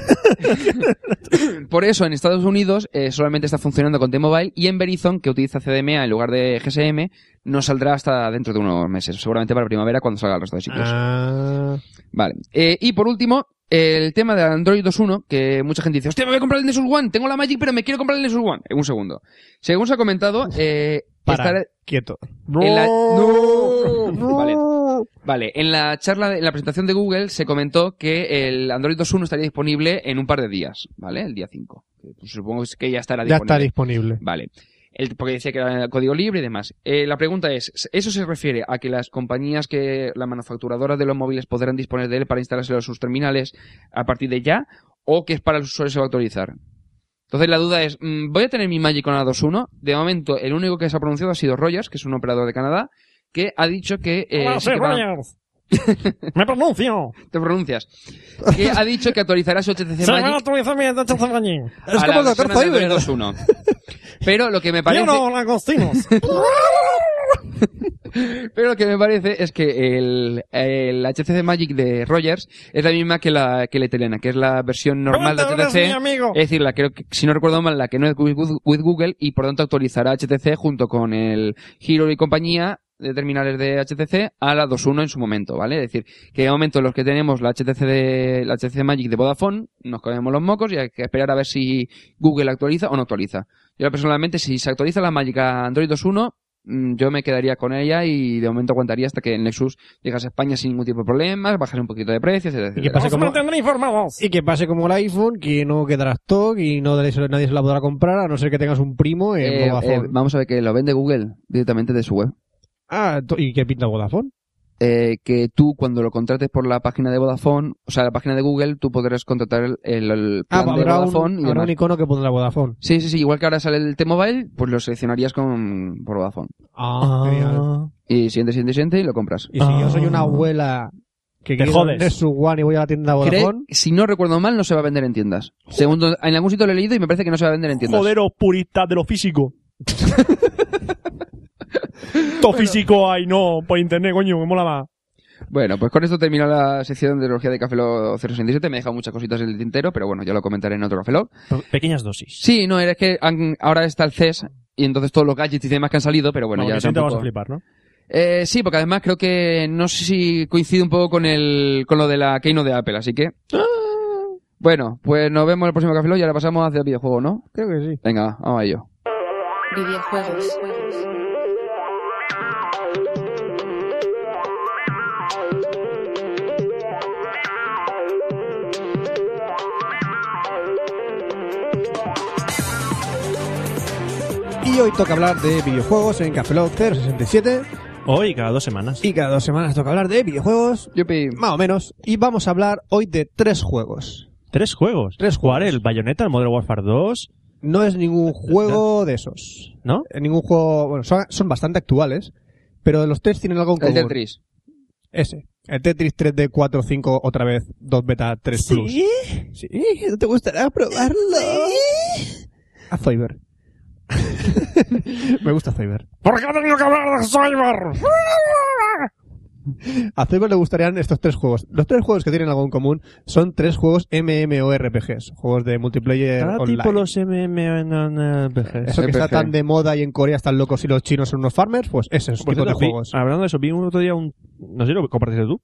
Por eso, en Estados Unidos eh, solamente está funcionando con T-Mobile y en Verizon, que utiliza CDMA en lugar de GSM, no saldrá hasta dentro de unos meses, seguramente para primavera cuando salga el resto de
Pues,
sitios.
Ah.
ah,
Vale. Eh, y por último, el tema del Android 2.1, que mucha gente dice, hostia, me voy a comprar el Nexus One, tengo la Magic, pero me quiero comprar el Nexus One. Eh, Un segundo. Según se ha comentado, eh,
pues,
Para,
estará-
quieto.
en la-
¡No!
Vale. Vale, en la charla, de- en la presentación de Google se comentó que el Android 2.1 estaría disponible en un par de días, ¿vale? El día 5. Que, pues, supongo que ya estará
Ya
disponible.
está disponible.
Vale. El, porque decía que era código libre y demás. Eh, la pregunta es, ¿eso se refiere a que las compañías que, las manufacturadoras de los móviles podrán disponer de él para instalárselo en sus terminales a partir de ya? ¿O que es para el usuario se va a actualizar? Entonces la duda es, mm, ¿voy a tener mi Magic con A21? De momento, el único que se ha pronunciado ha sido Rogers, que es un operador de Canadá, que ha dicho que... eh,
Hola,
sí
soy
que va-
Rogers. ¡Me pronuncio!
Te pronuncias. Que ha dicho que actualizará su HTC
¡Se van a
Magic
actualizar mi derecho de bañín!
a la versión Android 2.1. Pero lo que me parece...
¡Quiero langostinos!
Pero lo que me parece es que el, el HTC Magic de Rogers es la misma que la que la italiana, que es la versión normal de
Pronto eres mi
HTC.
amigo.
Es decir, la creo que, si no recuerdo mal, la que no es with Gu- with Google y por tanto actualizará HTC junto con el Hero y compañía de terminales de HTC a la 2.1 en su momento, ¿vale? Es decir, que de momento los que tenemos la HTC de, la HTC Magic de Vodafone nos comemos los mocos y hay que esperar a ver si Google actualiza o no actualiza. Yo personalmente, si se actualiza la Magic a Android 2.1, mm, yo me quedaría con ella y de momento aguantaría hasta que el Nexus llegase a España sin ningún tipo de problemas, bajase un poquito de precios, etc.
¿Y qué pasa?
¡Os mantendré informados!
Y que pase como el iPhone, que no quedará stock y no nadie se- nadie se la podrá comprar, a no ser que tengas un primo en Vodafone.
Eh, vamos a ver que lo vende Google directamente de su web.
Ah, to- ¿y qué pinta Vodafone?
Eh, que tú cuando lo contrates por la página de Vodafone, o sea, la página de Google, tú podrás contratar el, el- el
Ah,
plan de
habrá,
Vodafone y
un, habrá
demás.
un icono que pondrá Vodafone.
Sí, sí, sí, igual que ahora sale el T-Mobile, pues lo seleccionarías con, por Vodafone.
Ah,
Y siguiente, siguiente, siguiente y lo compras.
Y si yo soy
ah.
una abuela que
Te
quiero
jodes.
un Nexus One y voy a la tienda
Creo-
Vodafone,
si no recuerdo mal, no se va a vender en tiendas. Segundo, en algún sitio lo he leído y me parece que no se va a vender en tiendas.
Joderos puristas de lo físico. Todo físico, ay no, por internet, coño, me mola más.
Bueno, pues con esto termina la sección de tecnología de Café Lock 067. Me he dejado muchas cositas en el tintero, pero bueno, ya lo comentaré en otro Café Lock.
Pequeñas dosis.
Sí, no, era que han- ahora está el CES y entonces todos los gadgets y demás que han salido, pero bueno,
Bueno,
ya
ya te
tampoco...
vas a flipar, ¿no?
Eh, sí, porque además creo que no sé si coincide un poco con el con lo de la Keynote de Apple, así que
Ah.
bueno, pues nos vemos en el próximo Café Lock y ahora pasamos hacia el videojuego, ¿no?
Creo que sí.
Venga, vamos a ello.
Videojuegos.
Y hoy toca hablar de videojuegos en Café Lock 067.
Hoy, cada dos semanas.
Y cada dos semanas toca hablar de videojuegos. Más o menos. Y vamos a hablar hoy de tres juegos.
¿Tres juegos? ¿Tres ¿Jugar el Bayonetta, el Modern Warfare 2?
No es ningún juego de esos.
¿No?
Ningún juego... Bueno, son, son bastante actuales. Pero los tres tienen algo en
El
común.
Tetris.
Ese. El Tetris 3D 4, 5, otra vez, 2 beta 3 plus. Sí, ¿no te gustará probarlo? A Zoiber. Me gusta Zoiber.
¿Por qué tengo que hablar de Cyber?
A Zuber le gustarían estos tres juegos. Los tres juegos que tienen algo en común son tres juegos MMORPGs, juegos de multiplayer
Cada
Eh, online.
tipo los MMORPGs.
Eso que está tan de moda y en Corea están locos y los chinos son unos farmers, pues ese es un
Por
tipo de
cierto, vi-
juegos.
Hablando de eso, vi un otro día un. No sé, lo compartiste tú.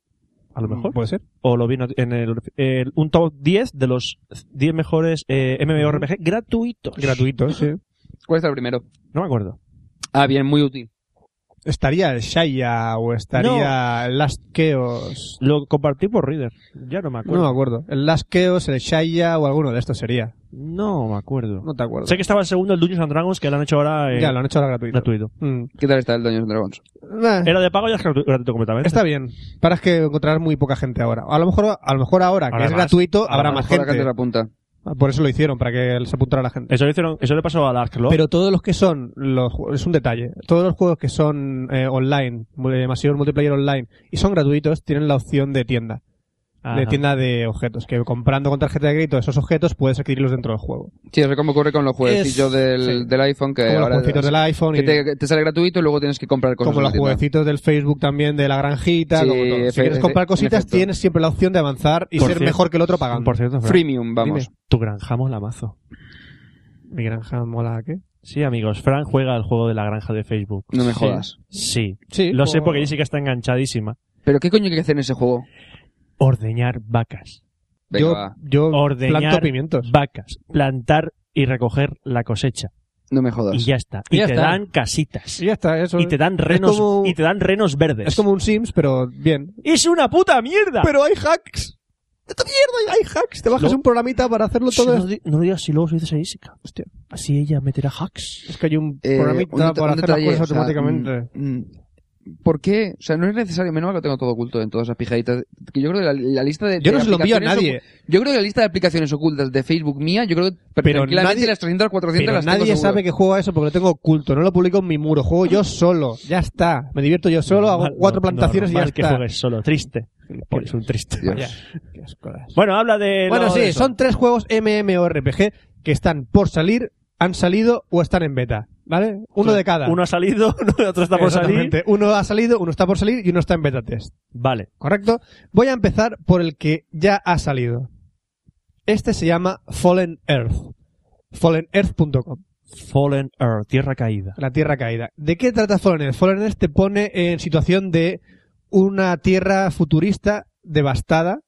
A lo mejor.
Mm, Puede ser.
O lo vi en- en el, el- un top 10 de los 10 mejores eh, MMORPG gratuitos.
Mm. Gratuitos, sí.
¿Cuál está el primero?
No me acuerdo.
Ah, bien, muy útil.
¿Estaría el Shaya o estaría el Last Chaos?
Lo compartí por Reader. Ya no me acuerdo.
No me acuerdo. El Last Chaos, el Shaya o alguno de estos sería.
No me acuerdo.
No te acuerdo.
Sé que estaba el segundo, el Dungeons and Dragons, que lo han hecho ahora. eh,
Ya, lo han hecho ahora gratuito. Mm.
gratuito.
¿Qué tal está el Dungeons and Dragons?
Eh,
Era de pago y es gratu- gratuito completamente.
Está bien. Para es que encontrar muy poca gente ahora. A lo mejor, a lo mejor ahora, que
Ahora
es
más.
gratuito,
Ahora
habrá
más.
más gente.
Ahora que antes
la punta.
Por eso lo hicieron, para que se apuntara la gente.
Eso, lo hicieron- eso le pasó a Dark Lord.
Pero todos los que son, los, ju- es un detalle, todos los juegos que son eh, online, mul- eh, masivo multiplayer online, y son gratuitos, tienen la opción de tienda. De
Ajá.
tienda de objetos, que comprando con tarjeta de crédito esos objetos puedes adquirirlos dentro del juego.
Sí, eso es como ocurre con los jueguecillos
Es-
del,
sí.
del iPhone. Que
Como los
ahora
jueguecitos del iPhone
Que
y-
te, te sale gratuito y luego tienes que comprar cosas.
como
en la
los
tienda.
jueguecitos del Facebook también, de la granjita,
Sí,
como todo. Si
efe-
quieres comprar
efe-
cositas,
efecto.
tienes siempre la opción de avanzar y
Por
ser
cierto-
mejor que el otro pagando.
Por cierto, Fran,
Freemium, vamos.
dime, tu granja mola mazo.
¿Mi granja mola qué?
Sí, amigos, Fran juega al juego de la granja de Facebook.
No me
Sí.
jodas.
Sí.
Sí,
Lo sé
o-
porque Jessica está enganchadísima.
¿Pero qué coño hay que hacer en ese juego?
Ordeñar vacas.
Venga, va.
yo
Ordeñar
planto
vacas. Plantar y recoger la cosecha.
No me jodas.
Y ya está. Y
Ya
te
está.
dan casitas.
Y ya está, eso.
Y te dan
Es
renos,
como-
y te dan renos verdes.
Es como un Sims, pero bien.
¡Es una puta mierda!
Pero hay hacks. ¡Esta mierda! Hay hacks. Te bajas
No.
un programita para hacerlo
Shh,
todo.
no, di- no digas si luego se dices a Jessica.
Hostia.
Así ella meterá hacks.
Es que hay un
Eh,
programita
un deta-
para
un
hacer las
detalle,
cosas
o sea,
automáticamente.
mm, mm, ¿Por qué? O sea, no es necesario. Menos mal que lo tengo todo oculto en todas esas pijaditas. Que yo creo que la, la lista de.
Yo
de
no se lo envío a
aplicaciones
nadie.
ocu- Yo creo que la lista de aplicaciones ocultas de Facebook mía, yo creo que
Pero
tranquilamente
nadie-
las 300 400
Pero
las tengo
nadie
seguro.
sabe que juego a eso porque lo tengo oculto. No lo publico en mi muro. Juego yo solo. Ya está. Me divierto yo solo. hago
Normal,
cuatro
no-
plantaciones y ya
normal que
está.
juegues solo. Triste. Es un triste.
Dios.
Vaya.
Qué asco es.
Bueno, habla de.
Bueno,
lo-
sí,
de eso.
son tres juegos MMORPG que están por salir, han salido o están en beta. ¿Vale? Uno de cada.
Uno ha salido, otro está por salir.
Exactamente. Uno ha salido, uno está por salir y uno está en beta test.
Vale.
¿Correcto? Voy a empezar por el que ya ha salido. Este se llama Fallen Earth. FallenEarth.com.
Fallen Earth, Tierra Caída.
La Tierra Caída. ¿De qué trata Fallen Earth? Fallen Earth te pone en situación de una tierra futurista devastada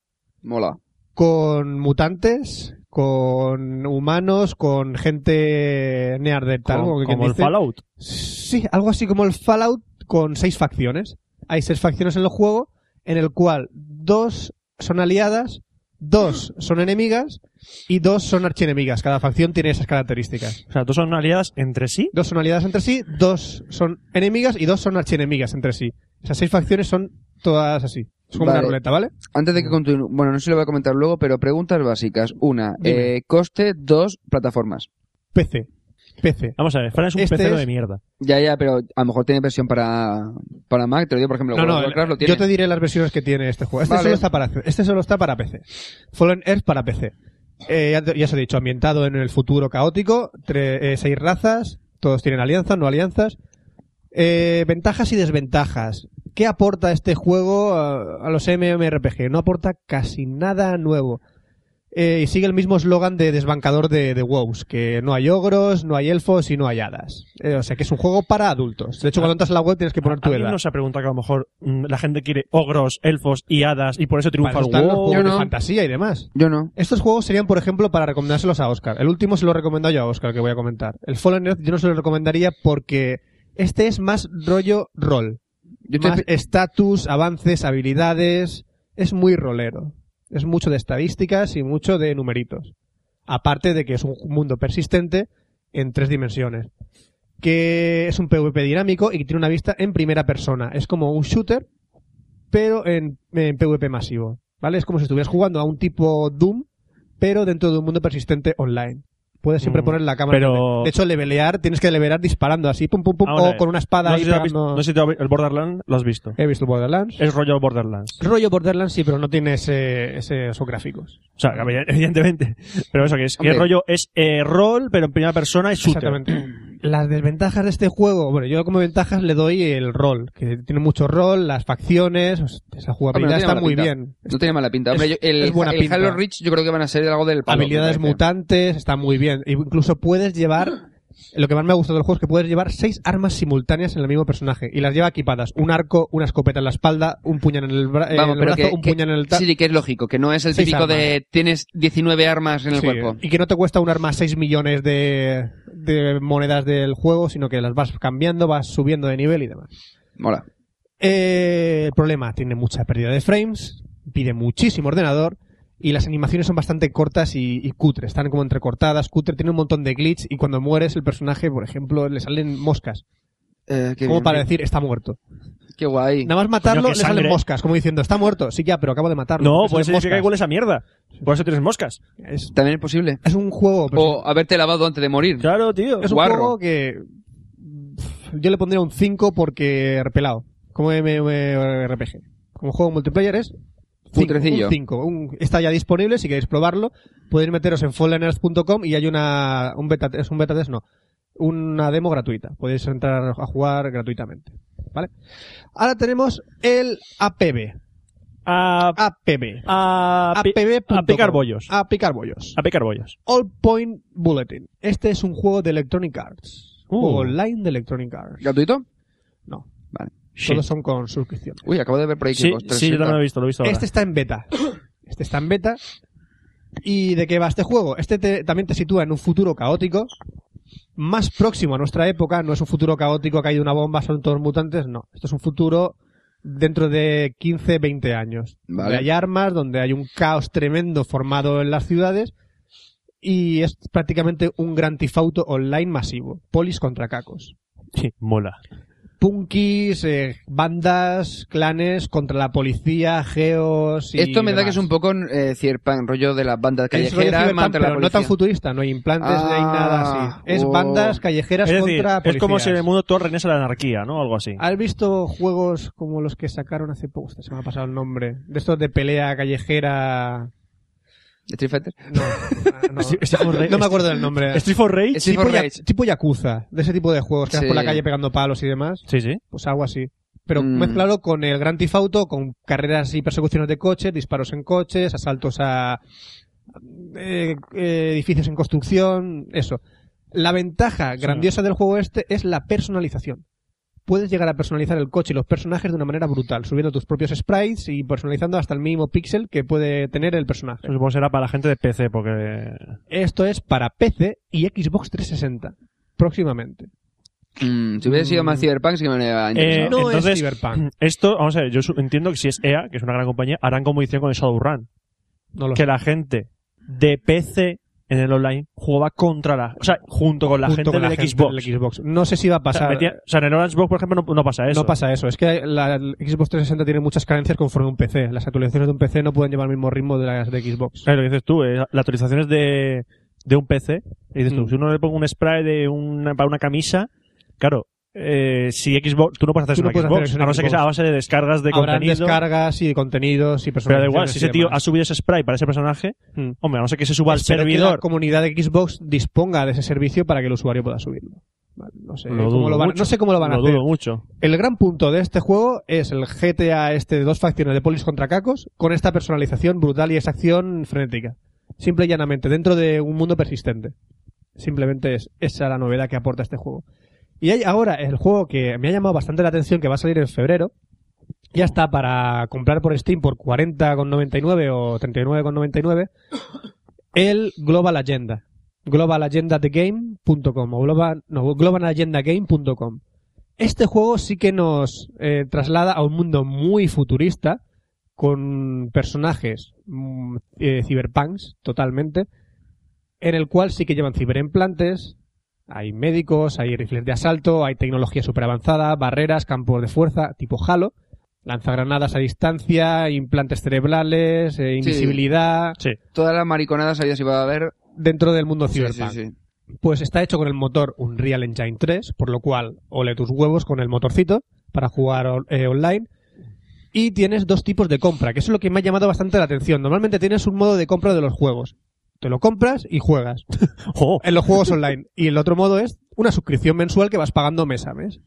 Mola.
con mutantes, con humanos, con gente neandertal.
Como-
que quien
como el
dice.
Fallout.
Sí, algo así como el Fallout con seis facciones. Hay seis facciones en el juego, en el cual dos son aliadas, dos son enemigas y dos son archienemigas. Cada facción tiene esas características.
O sea, dos son aliadas entre sí.
Dos son aliadas entre sí, dos son enemigas y dos son archienemigas entre sí. Esas seis facciones son todas así. Es como
Vale.
una ruleta, ¿vale?
Antes de que continúe, bueno, no sé si lo voy a comentar luego, pero preguntas básicas. Una,
Dime.
eh, coste, dos, plataformas.
PC. PC.
Vamos a ver, Fran es un
Este
pecero
es-
de mierda.
Ya, ya, pero a lo mejor tiene versión para, para Mac, te lo digo, por ejemplo,
No,
World
no,
of Warcraft lo tiene.
yo te diré las versiones que tiene este juego. Este,
Vale.
solo, está para, este solo está para PC. Fallen Earth para PC. Eh, ya, te- ya os he dicho, ambientado en el futuro caótico, tre- eh, seis razas, todos tienen alianzas, no alianzas. Eh, ventajas y desventajas. ¿Qué aporta este juego a, a los MMORPG? No aporta casi nada nuevo. Eh, y sigue el mismo eslogan de desbancador de, de WoWs, que no hay ogros, no hay elfos y no hay hadas. Eh, o sea que es un juego para adultos. De hecho, cuando entras a la web tienes que poner
A
tu
mí
edad.
no se ha preguntado que a lo mejor mm, la gente quiere ogros, elfos y hadas y por eso triunfa
Para eso
el
están los
WoW.
juegos
Yo
de
no.
fantasía y demás.
Yo no.
Estos juegos serían, por ejemplo, para recomendárselos a Oscar. El último se lo he recomendado yo a Oscar, que voy a comentar. El Fallen Earth yo no se lo recomendaría porque este es más rollo rol.
Yo estoy
Más
pe-
estatus, avances, habilidades. Es muy rolero. Es mucho de estadísticas y mucho de numeritos. Aparte de que es un mundo persistente en tres dimensiones. Que es un PvP dinámico y que tiene una vista en primera persona. Es como un shooter, pero en, en PvP masivo. ¿Vale? Es como si estuvieras jugando a un tipo Doom, pero dentro de un mundo persistente online. Puedes siempre
Mm,
poner la cámara.
pero-
De hecho, levelear, tienes que levelear disparando así, pum, pum, pum,
Ahora,
o con una espada
no
ahí
sé si te has visto-
pegando-
no sé si te has- el Borderlands lo has visto.
He visto Borderlands.
Es rollo Borderlands.
Rollo Borderlands sí, pero no tiene ese, ese- esos gráficos.
O sea, evidentemente. Pero eso que es, que
Hombre.
rollo es eh, rol, pero en primera persona es shooter.
Exactamente. las desventajas de este juego, bueno, yo como ventajas le doy el rol, que tiene mucho rol, las facciones, o sea, esa
Hombre,
jugabilidad
no tiene
está
mala
muy
pinta.
bien.
No tiene mala pinta. Hombre,
Es-
yo- el,
es buena
el
pinta.
Halo Reach yo creo que van a ser algo del palo, me
Habilidades
parece.
mutantes, está muy bien. E Incluso puedes llevar, lo que más me ha gustado del juego es que puedes llevar seis armas simultáneas en el mismo personaje y las lleva equipadas. Un arco, una escopeta en la espalda, un puñal en el, bra- en
Vamos,
el
pero
brazo,
que,
un
que-
puñal en el tal.
sí, sí, que es lógico, que no es el
Seis
típico de
armas.
tienes 19 armas en el
Sí,
cuerpo.
Y que no te cuesta un arma 6 millones de, de monedas del juego, sino que las vas cambiando, vas subiendo de nivel y demás.
Mola.
Eh, el problema, tiene mucha pérdida de frames, pide muchísimo ordenador y las animaciones son bastante cortas y, y cutres, están como entrecortadas, cutre, tiene un montón de glitch y cuando mueres el personaje, por ejemplo, le salen moscas.
Eh, qué
como
bien,
para
qué-
decir, está muerto.
Qué guay.
Eh, Nada más matarlo,
Coño,
le
qué
salen
sangre.
moscas, como diciendo, está muerto, sí, ya, pero acabo de matarlo.
No, pues
Le salen
puede significar que
moscas.
hueles a mierda. Por eso tienes moscas.
Es,
También es posible.
es un juego. pero
O haberte lavado antes de morir.
Claro, tío.
Es un
Guarro.
juego que pff, yo le pondría un 5 porque repelado, como MMORPG. Como juego multiplayer es cinco,
Putrecillo.
un 5. Un- está ya disponible, si queréis probarlo, podéis meteros en fallenearth.com y hay una un beta es un beta test no, una demo gratuita. Podéis entrar a jugar gratuitamente, ¿vale? Ahora tenemos el APB.
A,
APB.
a, pi-
APB.com.
a picar bollos.
A picar bollos.
A picar bollos.
All Point Bulletin. Este es un juego de Electronic Arts.
Uh.
Juego online de Electronic Arts.
¿Gratuito?
No.
Vale.
Todos son con suscripción.
Uy, acabo de ver por ahí
Sí,
que costó
sí, yo
60.
también lo he visto, lo he visto ahora.
Este está en beta. Este está en beta. ¿Y de qué va este juego? Este te- también te sitúa en un futuro caótico. Más próximo a nuestra época. No es un futuro caótico, ha caído una bomba, son todos mutantes. No. Esto es un futuro dentro de 15, 20 años.
Vale.
Donde hay armas, donde hay un caos tremendo formado en las ciudades. Y es prácticamente un gran tifauto online masivo. Polis contra cacos
Sí, mola.
punkis, eh, bandas, clanes contra la policía, geos y
Esto me da
demás.
que es un poco eh, cyberpunk, rollo de las bandas
Es rollo
callejeras,
cyberpunk,
mata a la
pero no tan
policía.
futurista, no hay implantes, no hay nada así.
Ah,
Es
oh.
bandas callejeras
Es decir,
contra
es
policías. Ah,
como si en el mundo todo reinase la anarquía, ¿no? Algo así.
¿Has visto juegos como los que sacaron hace poco? Hostia, se me ha pasado el nombre. De estos de pelea callejera...
Street Fighter.
No, no, no me acuerdo del nombre.
Street for Rage.
Street
tipo,
for
ya-
Rage.
tipo Yakuza, de ese tipo de juegos que vas
Sí.
por la calle pegando palos y demás.
Sí, sí.
Pues algo así. Pero
Mm.
mezclado con el Gran Tifauto, con carreras y persecuciones de coches, disparos en coches, asaltos a eh, eh, edificios en construcción, eso. La ventaja grandiosa del juego este es la personalización. Puedes llegar a personalizar el coche y los personajes de una manera brutal, subiendo tus propios sprites y personalizando hasta el mínimo píxel que puede tener el personaje.
Eso supongo será para la gente de PC, porque.
Esto es para PC y Xbox 360, próximamente.
Mm, si hubiese sido más cyberpunk, sí que me hubiera
Eh,
interesado.
No es
entonces,
Cyberpunk.
esto, vamos a ver, yo su- entiendo que si es EA, que es una gran compañía, harán como hicieron con el Shadowrun.
No lo sé.
Que la gente de PC en el online jugaba contra la. O sea, junto con la
Junto
gente
con la
del
gente
Xbox.
del Xbox. No sé si va a
O sea,
pasar.
metía- o sea, en el Orange Box, por ejemplo, no, no pasa eso.
No pasa eso. Es que la el Xbox 360 tiene muchas carencias conforme un PC. Las actualizaciones de un PC no pueden llevar el mismo ritmo de las de Xbox.
Claro, lo que dices tú, eh, la actualización es de, de un PC. Y dices tú,
Mm.
si uno le pongo un spray de una, para una camisa, claro, eh, si Xbox, tú no puedes
Tú
hacer
no
una
puedes
Xbox,
hacer eso en
a no ser que
Xbox.
sea a base de descargas de
Habrán
contenido.
descargas y de contenidos y
pero
personalizaciones.
da igual, si ese
y
tío ha
demás.
subido ese spray para ese personaje,
Mm.
hombre, a no ser que se suba al
Espero que la
servidor.
comunidad de Xbox disponga de ese servicio para que el usuario pueda subirlo. Vale, no, sé
Lo
cómo
dudo
lo van,
mucho.
no sé cómo lo van a
Lo
hacer.
dudo mucho.
El gran punto de este juego es el GTA este de dos facciones de polis contra cacos con esta personalización brutal y esa acción frenética. Simple y llanamente, dentro de un mundo persistente. Simplemente es esa la novedad que aporta este juego. Y hay ahora el juego que me ha llamado bastante la atención que va a salir en febrero. Ya está para comprar por Steam por 40,99 o 39,99 el Global Agenda. GlobalAgendaTheGame.com o global, no, GlobalAgendaGame.com este juego sí que nos eh, traslada a un mundo muy futurista con personajes mm, eh, cyberpunks totalmente en el cual sí que llevan ciberimplantes hay médicos hay rifles de asalto hay tecnología super avanzada barreras campos de fuerza tipo Halo lanzagranadas a distancia implantes cerebrales eh, invisibilidad
Sí.
Eh, Todas las mariconadas había si va a haber.
dentro del mundo
Sí,
cyberpunk
sí, sí.
pues está hecho con el motor Unreal Engine 3, por lo cual ole tus huevos con el motorcito para jugar on- eh, online. Y tienes dos tipos de compra, que eso es lo que me ha llamado bastante la atención. Normalmente tienes un modo de compra de los juegos. Te lo compras y juegas
Oh,
en los juegos online. Y el otro modo es una suscripción mensual que vas pagando mes a mes.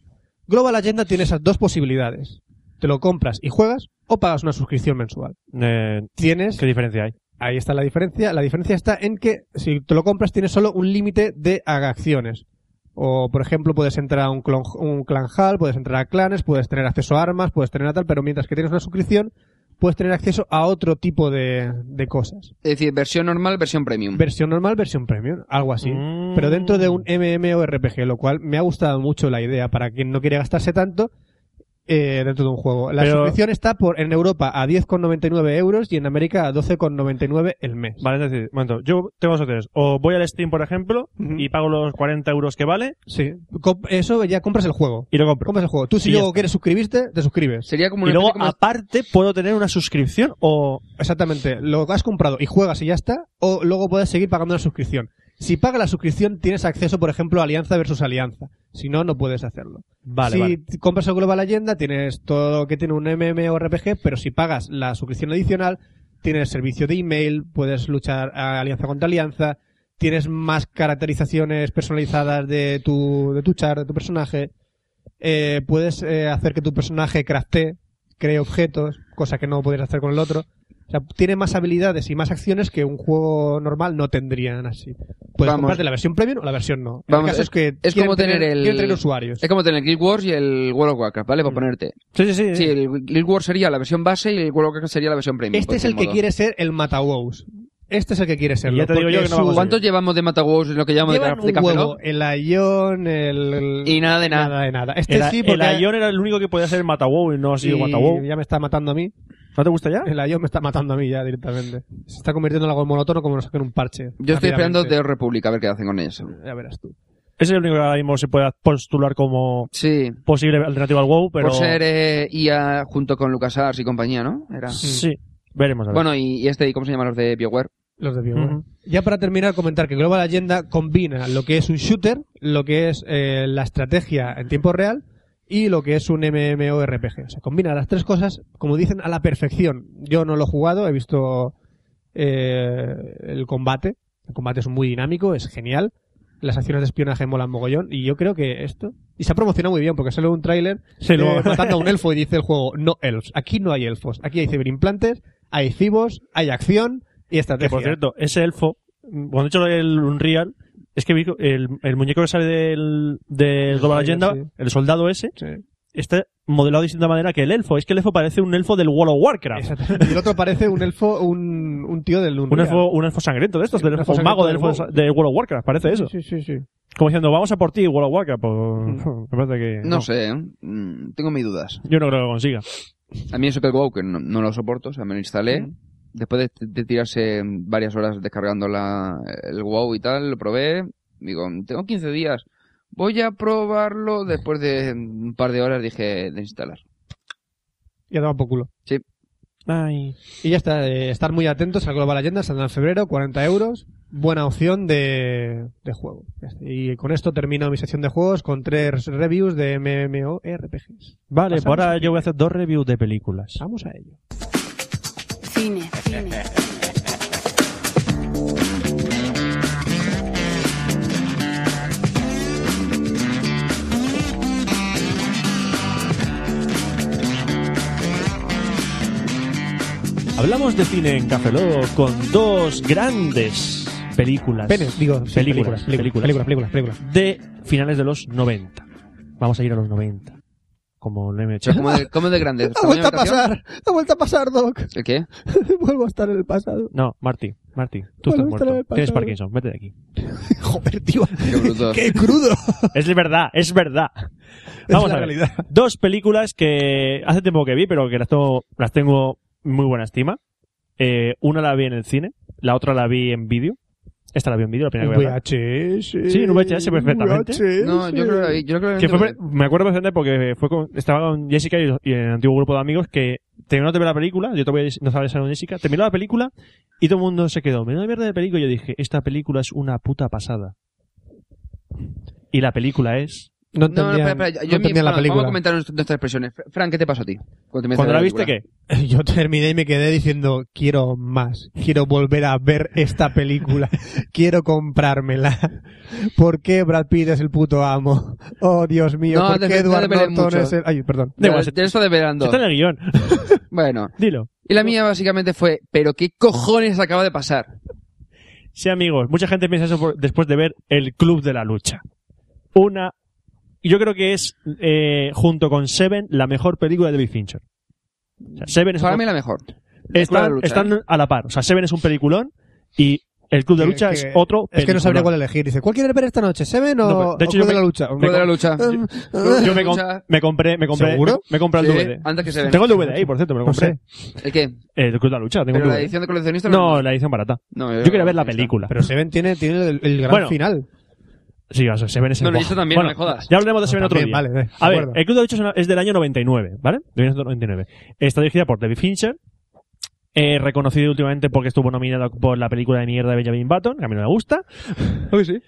Global Agenda tiene esas dos posibilidades. Te lo compras y juegas o pagas una suscripción mensual.
Eh,
¿Tienes?
¿Qué diferencia hay?
Ahí está la diferencia. La diferencia está en que si te lo compras tienes solo un límite de acciones. O, por ejemplo, puedes entrar a un, clon- un clan hall, puedes entrar a clanes, puedes tener acceso a armas, puedes tener a tal, pero mientras que tienes una suscripción, puedes tener acceso a otro tipo de, de cosas.
Es decir, versión normal, versión premium.
Versión normal, versión premium, algo así.
Mm.
Pero dentro de un MMORPG, lo cual me ha gustado mucho la idea para quien no quiere gastarse tanto eh, dentro de un juego. La
Pero-
suscripción está por en Europa a 10,99 euros y en América a 12,99 el mes.
Vale, es decir, un momento, yo tengo dos opciones. O voy al Steam, por ejemplo, y pago los 40 euros que vale.
Sí. Comp- Eso ya compras el juego.
Y lo compro.
Compras el juego. Tú si
Y ya
luego
está.
quieres suscribirte, te suscribes.
Sería como
Y luego, aparte, puedo tener una suscripción o...
Exactamente. Lo que has comprado y juegas y ya está, o luego puedes seguir pagando la suscripción. Si pagas la suscripción, tienes acceso, por ejemplo, a Alianza versus Alianza. Si no, no puedes hacerlo.
Vale,
si
vale.
t- compras el Global Agenda, tienes todo lo que tiene un MMORPG, pero si pagas la suscripción adicional, tienes servicio de email, puedes luchar a alianza contra alianza, tienes más caracterizaciones personalizadas de tu, de tu char, de tu personaje, eh, puedes eh, hacer que tu personaje crafte, cree objetos, cosa que no podías hacer con el otro. O sea, tiene más habilidades y más acciones que un juego normal no tendrían así. Puedes
Vamos.
comprarte la versión premium o la versión no. En el
Vamos,
caso es, que
es
quieren
como tener, el
quieren tener usuarios.
Es como tener el Guild Wars y el World of Warcraft,
Mm.
¿vale? Por ponerte.
Sí, sí, sí.
Sí, el Guild Wars sería la versión base y el World of Warcraft sería la versión premium. por
Este es
este
el que
modo.
quiere ser el Matawows. Este es el que quiere serlo. porque su-
¿Cuántos llevamos de Matawows en lo que llamamos de,
Llevan
Craft- de
un
Café
huevo,
Lock?
el Aion, el, el-
Y nada de nada.
de nada. Este
el,
sí, porque
el Aion era el único que podía ser Matawow y no ha sido
y
Matawow.
ya me está matando a mí.
¿No te gusta ya?
El Aion me está matando a mí ya directamente. Se está convirtiendo en algo monótono como nos saquen un parche.
Yo estoy esperando
rápidamente.
The Old Republic a ver qué hacen con ellos.
Ya verás tú.
Ese es el único que ahora mismo se puede postular como
Sí.
posible alternativa al WoW, pero...
Por ser eh, IA junto con LucasArts y compañía, ¿no? Era.
Sí, veremos a ver.
Bueno, y, y este, ¿y ¿cómo se llaman los de BioWare?
Los de BioWare. Ya para terminar, comentar que Global Agenda combina lo que es un shooter, lo que es eh, la estrategia en tiempo real y lo que es un MMORPG. O sea, combina las tres cosas, como dicen, a la perfección. Yo no lo he jugado, he visto eh, el combate. El combate es muy dinámico, es genial. Las acciones de espionaje molan mogollón y yo creo que esto... Y se ha promocionado muy bien porque sale un tráiler
Sí,
de
lo-
Eh, matando a un elfo y dice el juego no elfos. Aquí no hay elfos. Aquí hay ciberimplantes, hay cibos, hay acción y
Que
estrategia.
por cierto, ese elfo, mm, cuando he hecho el Unreal, es que vi que el, el muñeco que sale del, del Global
Spider,
Agenda,
sí.
el soldado ese, está modelado de distinta manera que el elfo. Es que el elfo parece un elfo del World of Warcraft.
Y el otro parece un elfo, un, un tío del
Ah. Un
Unreal.
elfo, un elfo sangriento de estos, del
un
elfo,
elfo
un mago del
sangriento
elfo
del
de World of Warcraft, parece eso.
Sí, sí, sí.
Como diciendo, vamos a por ti, World of Warcraft. pues, me parece que.
No, sé, ¿eh? Mm, tengo mis dudas.
Yo no creo que lo consiga.
A mí eso que el WoW que no, no lo soporto, o sea, me lo instalé. Después de, de tirarse varias horas descargando la, el WoW y tal, lo probé. Digo, tengo 15 días. Voy a probarlo. Después de un par de horas dije de instalar.
Ya daba por culo.
Sí.
Y ya está, eh, estar muy atentos al Global Agenda, saldrá en febrero, 40 euros. Buena opción de, de juego. Ya está. Y con esto termino mi sección de juegos con tres reviews de MMORPGs.
Vale,
Pasamos
pues ahora
a-
yo voy a hacer dos reviews de películas.
Vamos a ello.
Cine, cine.
Hablamos de cine en Café Lock con dos grandes películas.
Penes, digo, sí,
películas,
películas, películas, películas, películas,
De finales de los 90. Vamos a ir a los 90. Como lo he hecho.
¿Cómo de, cómo de grande?
Ha vuelto a pasar, ha vuelto a pasar, Doc.
¿El qué?
Vuelvo a estar en el pasado.
No, Marty, Marty, tú
Bueno, estará en
estás
el
muerto.
pasado.
Tienes Parkinson, vete de aquí.
Joder, tío.
Qué bruto.
Qué crudo.
Es verdad, es verdad. Vamos
la
a ver.
realidad.
Dos películas que hace tiempo que vi, pero que las tengo, las tengo muy buena estima. Eh, una la vi en el cine, la otra la vi en vídeo. Esta la vi en vídeo, la primera que voy a hablar.
VHS.
Sí, en VHS perfectamente.
No, yo creo que la vi- yo creo que
Que fue-
la vi-
me acuerdo bastante porque fue con- estaba con Jessica y, y el antiguo grupo de amigos que terminó de ver la película, yo todavía no sabía esa Jessica, terminó la película y todo el mundo se quedó, menuda mierda de película, y yo dije, esta película es una puta pasada. Y la película es
No
No, no,
entendían,
espera, espera,
no
yo- yo en mi-
entendían la
vamos-
película.
Vamos a comentar nuestras nuestras expresiones. Fr- Fran, ¿qué te pasó a ti? Cuando,
¿Cuándo la viste, Yo terminé y me quedé diciendo, quiero más, quiero volver a ver esta película, quiero comprármela. ¿Por qué Brad Pitt es el puto amo? Oh, Dios mío,
No,
¿por
de-
qué
no
Edward
develes
Norton
mucho.
es el... Ay, perdón.
De, de eso de verano.
está en
el guión.
Bueno.
Dilo.
Y la mía básicamente fue, pero ¿qué cojones acaba de pasar?
Sí, amigos, mucha gente piensa eso por- después de ver El Club de la Lucha. Una. y Yo creo que es, eh, junto con Seven, la mejor película de David Fincher. O sea, Seven es
Para
una-
mí la mejor. Club de la
Están,
Lucha, ¿eh?
están a la par. O sea, Seven es un peliculón y El Club de la
Que-
Lucha es
que-
otro
Es que no sabría
peliculón.
cuál elegir. Dice, ¿cuál quieres ver esta noche? ¿Seven o,
No, pues,
o
de hecho,
Club
yo
de
me-
la lucha?
Club de la lucha.
Eh,
Yo me, com- me compré, me compré,
¿Seguro?
me compré el
Sí,
DVD.
antes que se vea.
Tengo el DVD ahí, por cierto, me lo
No
compré. Eh,
¿El qué?
El Club de la Lucha, tengo
Pero
el
la
DVD.
edición de coleccionista
No,
no-
la edición barata.
No,
yo quería ver la película.
Pero Seven tiene, tiene el, el gran
Bueno,
final.
Sí, o sea, Seven es el
No, lo
guau.
hizo también,
Bueno,
no me jodas.
Ya hablaremos de Seven
No,
otro día.
también, vale, de-
a
de
ver,
acuerdo.
el Club de la Lucha es una- es del año 99, ¿vale? De 1999. Está dirigida por David Fincher. eh, reconocido últimamente porque estuvo nominado por la película de mierda de Benjamin Button, que a mí no me gusta.
eh,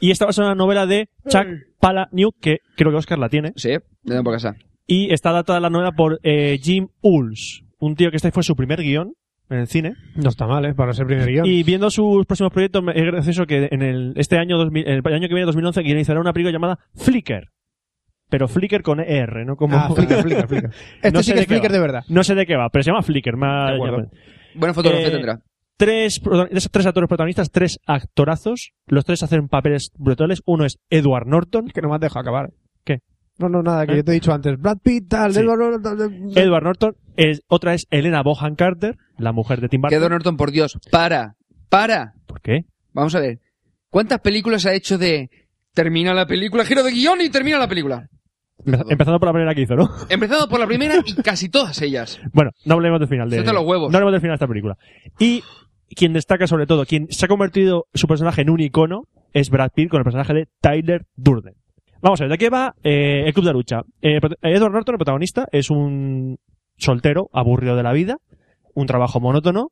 Y esta es una novela de Chuck Palahniuk, que creo que Oscar la tiene.
Sí, de por casa.
Y está adaptada la novela por eh, Jim Ulls, un tío que este fue su primer guión en el cine.
No está mal, ¿eh? Para ser primer guión.
Y viendo sus próximos proyectos, me- es gracioso que en el, este año, 2000 el año que viene, 2011, guionizará una película llamada Flicker. Pero Flicker con ER, ¿no? Como...
Ah, Flicker, Flicker, Flicker. Este sí
sé
que es
qué
Flicker
va.
de verdad.
No sé de qué va, pero se llama Flicker. Más...
De acuerdo. Buena
Eh,
fotografía tendrá.
Tres, protagon- de esos tres actores protagonistas, tres actorazos. Los tres hacen papeles brutales. Uno es Edward Norton.
que no me has dejado acabar.
¿Qué?
No, no, nada, que
¿Eh?
yo te he dicho antes. Brad Pitt, tal,
Sí. Eh.
Edward- tal, tal, tal.
Edward Norton. Es, otra es Elena Bohan Carter, la mujer de Tim
Que
Burton.
Edward Norton, por Dios, para, para.
¿Por qué?
Vamos a ver. ¿Cuántas películas ha hecho de termina la película, giro de guión y termina la película?
Empeza- Empezando por la primera que hizo, ¿no?
Empezado por la primera y casi todas ellas.
Bueno, no hablemos del final de
Suelta los huevos.
No hablemos del final de esta película. Y quien destaca sobre todo, quien se ha convertido su personaje en un icono, es Brad Pitt con el personaje de Tyler Durden. Vamos a ver, ¿de qué va eh, el Club de la Lucha? Eh, prot- Edward Norton, el protagonista, es un soltero, aburrido de la vida, un trabajo monótono,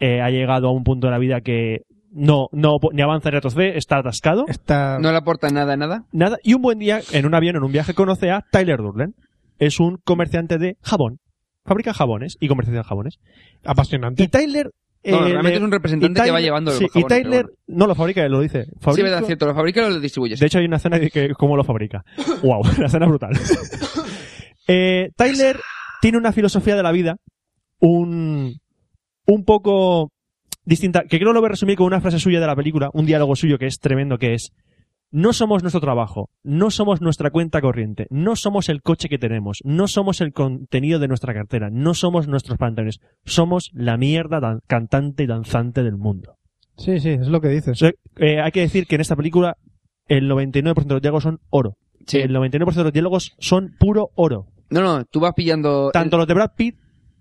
eh, ha llegado a un punto de la vida que no, no po- ni avanza ni retrocede, está atascado.
Está...
No le aporta nada, nada.
Nada, y un buen día, en un avión, en un viaje, conoce a Tyler Durden. Es un comerciante de jabón. Fabrica jabones y comerciante de jabones.
Apasionante.
Y Tyler...
No,
eh,
realmente
le-
es un representante
y
que va
Tyler-
llevando los
sí,
jabones,
Y Tyler
pero
no lo fabrica, lo dice.
Sí,
Fabrico-
verdad, cierto. ¿Lo fabrica o lo distribuye?
de hecho, hay una escena que- que cómo lo fabrica. ¡Wow! La escena es brutal. Eh, Tyler tiene una filosofía de la vida un, un poco distinta, que creo lo voy a resumir con una frase suya de la película, un diálogo suyo que es tremendo, que es no somos nuestro trabajo, no somos nuestra cuenta corriente, no somos el coche que tenemos, no somos el contenido de nuestra cartera, no somos nuestros pantalones, somos la mierda dan- cantante y danzante del mundo.
Sí, sí, es lo que dices.
So, eh, hay que decir que en esta película el 99% de los diálogos son oro. El 99% de los diálogos son puro oro.
No, no, tú vas pillando...
Tanto los de Brad Pitt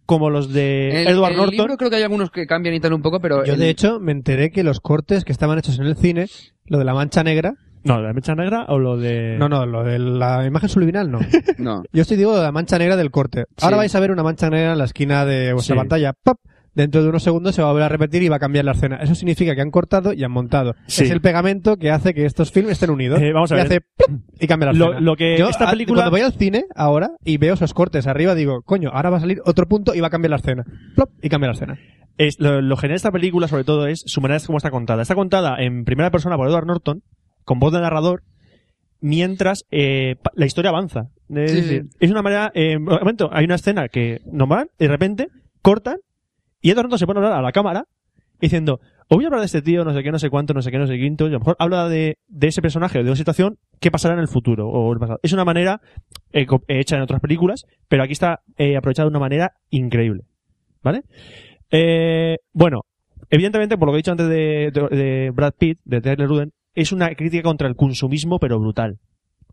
como los de
el,
Edward
el
Norton.
libro creo que hay algunos que cambian y tal un poco, pero...
Yo,
el-
de hecho, me enteré que los cortes que estaban hechos en el cine, lo de la mancha negra...
No, ¿la mecha negra o lo de...?
No, no, lo de la imagen subliminal no.
No.
Yo estoy digo de la mancha negra del corte. Ahora
Sí.
vais a ver una mancha negra en la esquina de vuestra
Sí.
pantalla. ¡Pap! Dentro de unos segundos se va a volver a repetir y va a cambiar la escena. Eso significa que han cortado y han montado.
Sí.
Es el pegamento que hace que estos filmes estén unidos.
Eh, vamos a
y
ver.
hace ¡plop! y cambia la
Lo-
escena.
lo que
Yo,
esta
a-
película-
Cuando voy al cine ahora y veo esos cortes arriba, digo, coño, ahora va a salir otro punto y va a cambiar la escena. ¡Plop! Y cambia la escena.
Es, lo, lo genial de esta película, sobre todo, es su manera de cómo está contada. Está contada en primera persona por Edward Norton, con voz de narrador, mientras eh, pa- la historia avanza. Es,
Sí,
decir, es una manera... Eh, un momento, hay una escena que nos van, y de repente cortan, y Edward Norton se pone a hablar a la cámara, diciendo, os voy a hablar de este tío, no sé qué, no sé cuánto, no sé qué, no sé quinto, y a lo mejor habla de, de ese personaje, de una situación, qué pasará en el futuro o el pasado. Es una manera eh, co- eh, hecha en otras películas, pero aquí está eh, aprovechada de una manera increíble. ¿Vale? Eh, bueno, evidentemente, por lo que he dicho antes de, de- de Brad Pitt, de Tyler Ruden, es una crítica contra el consumismo, pero brutal.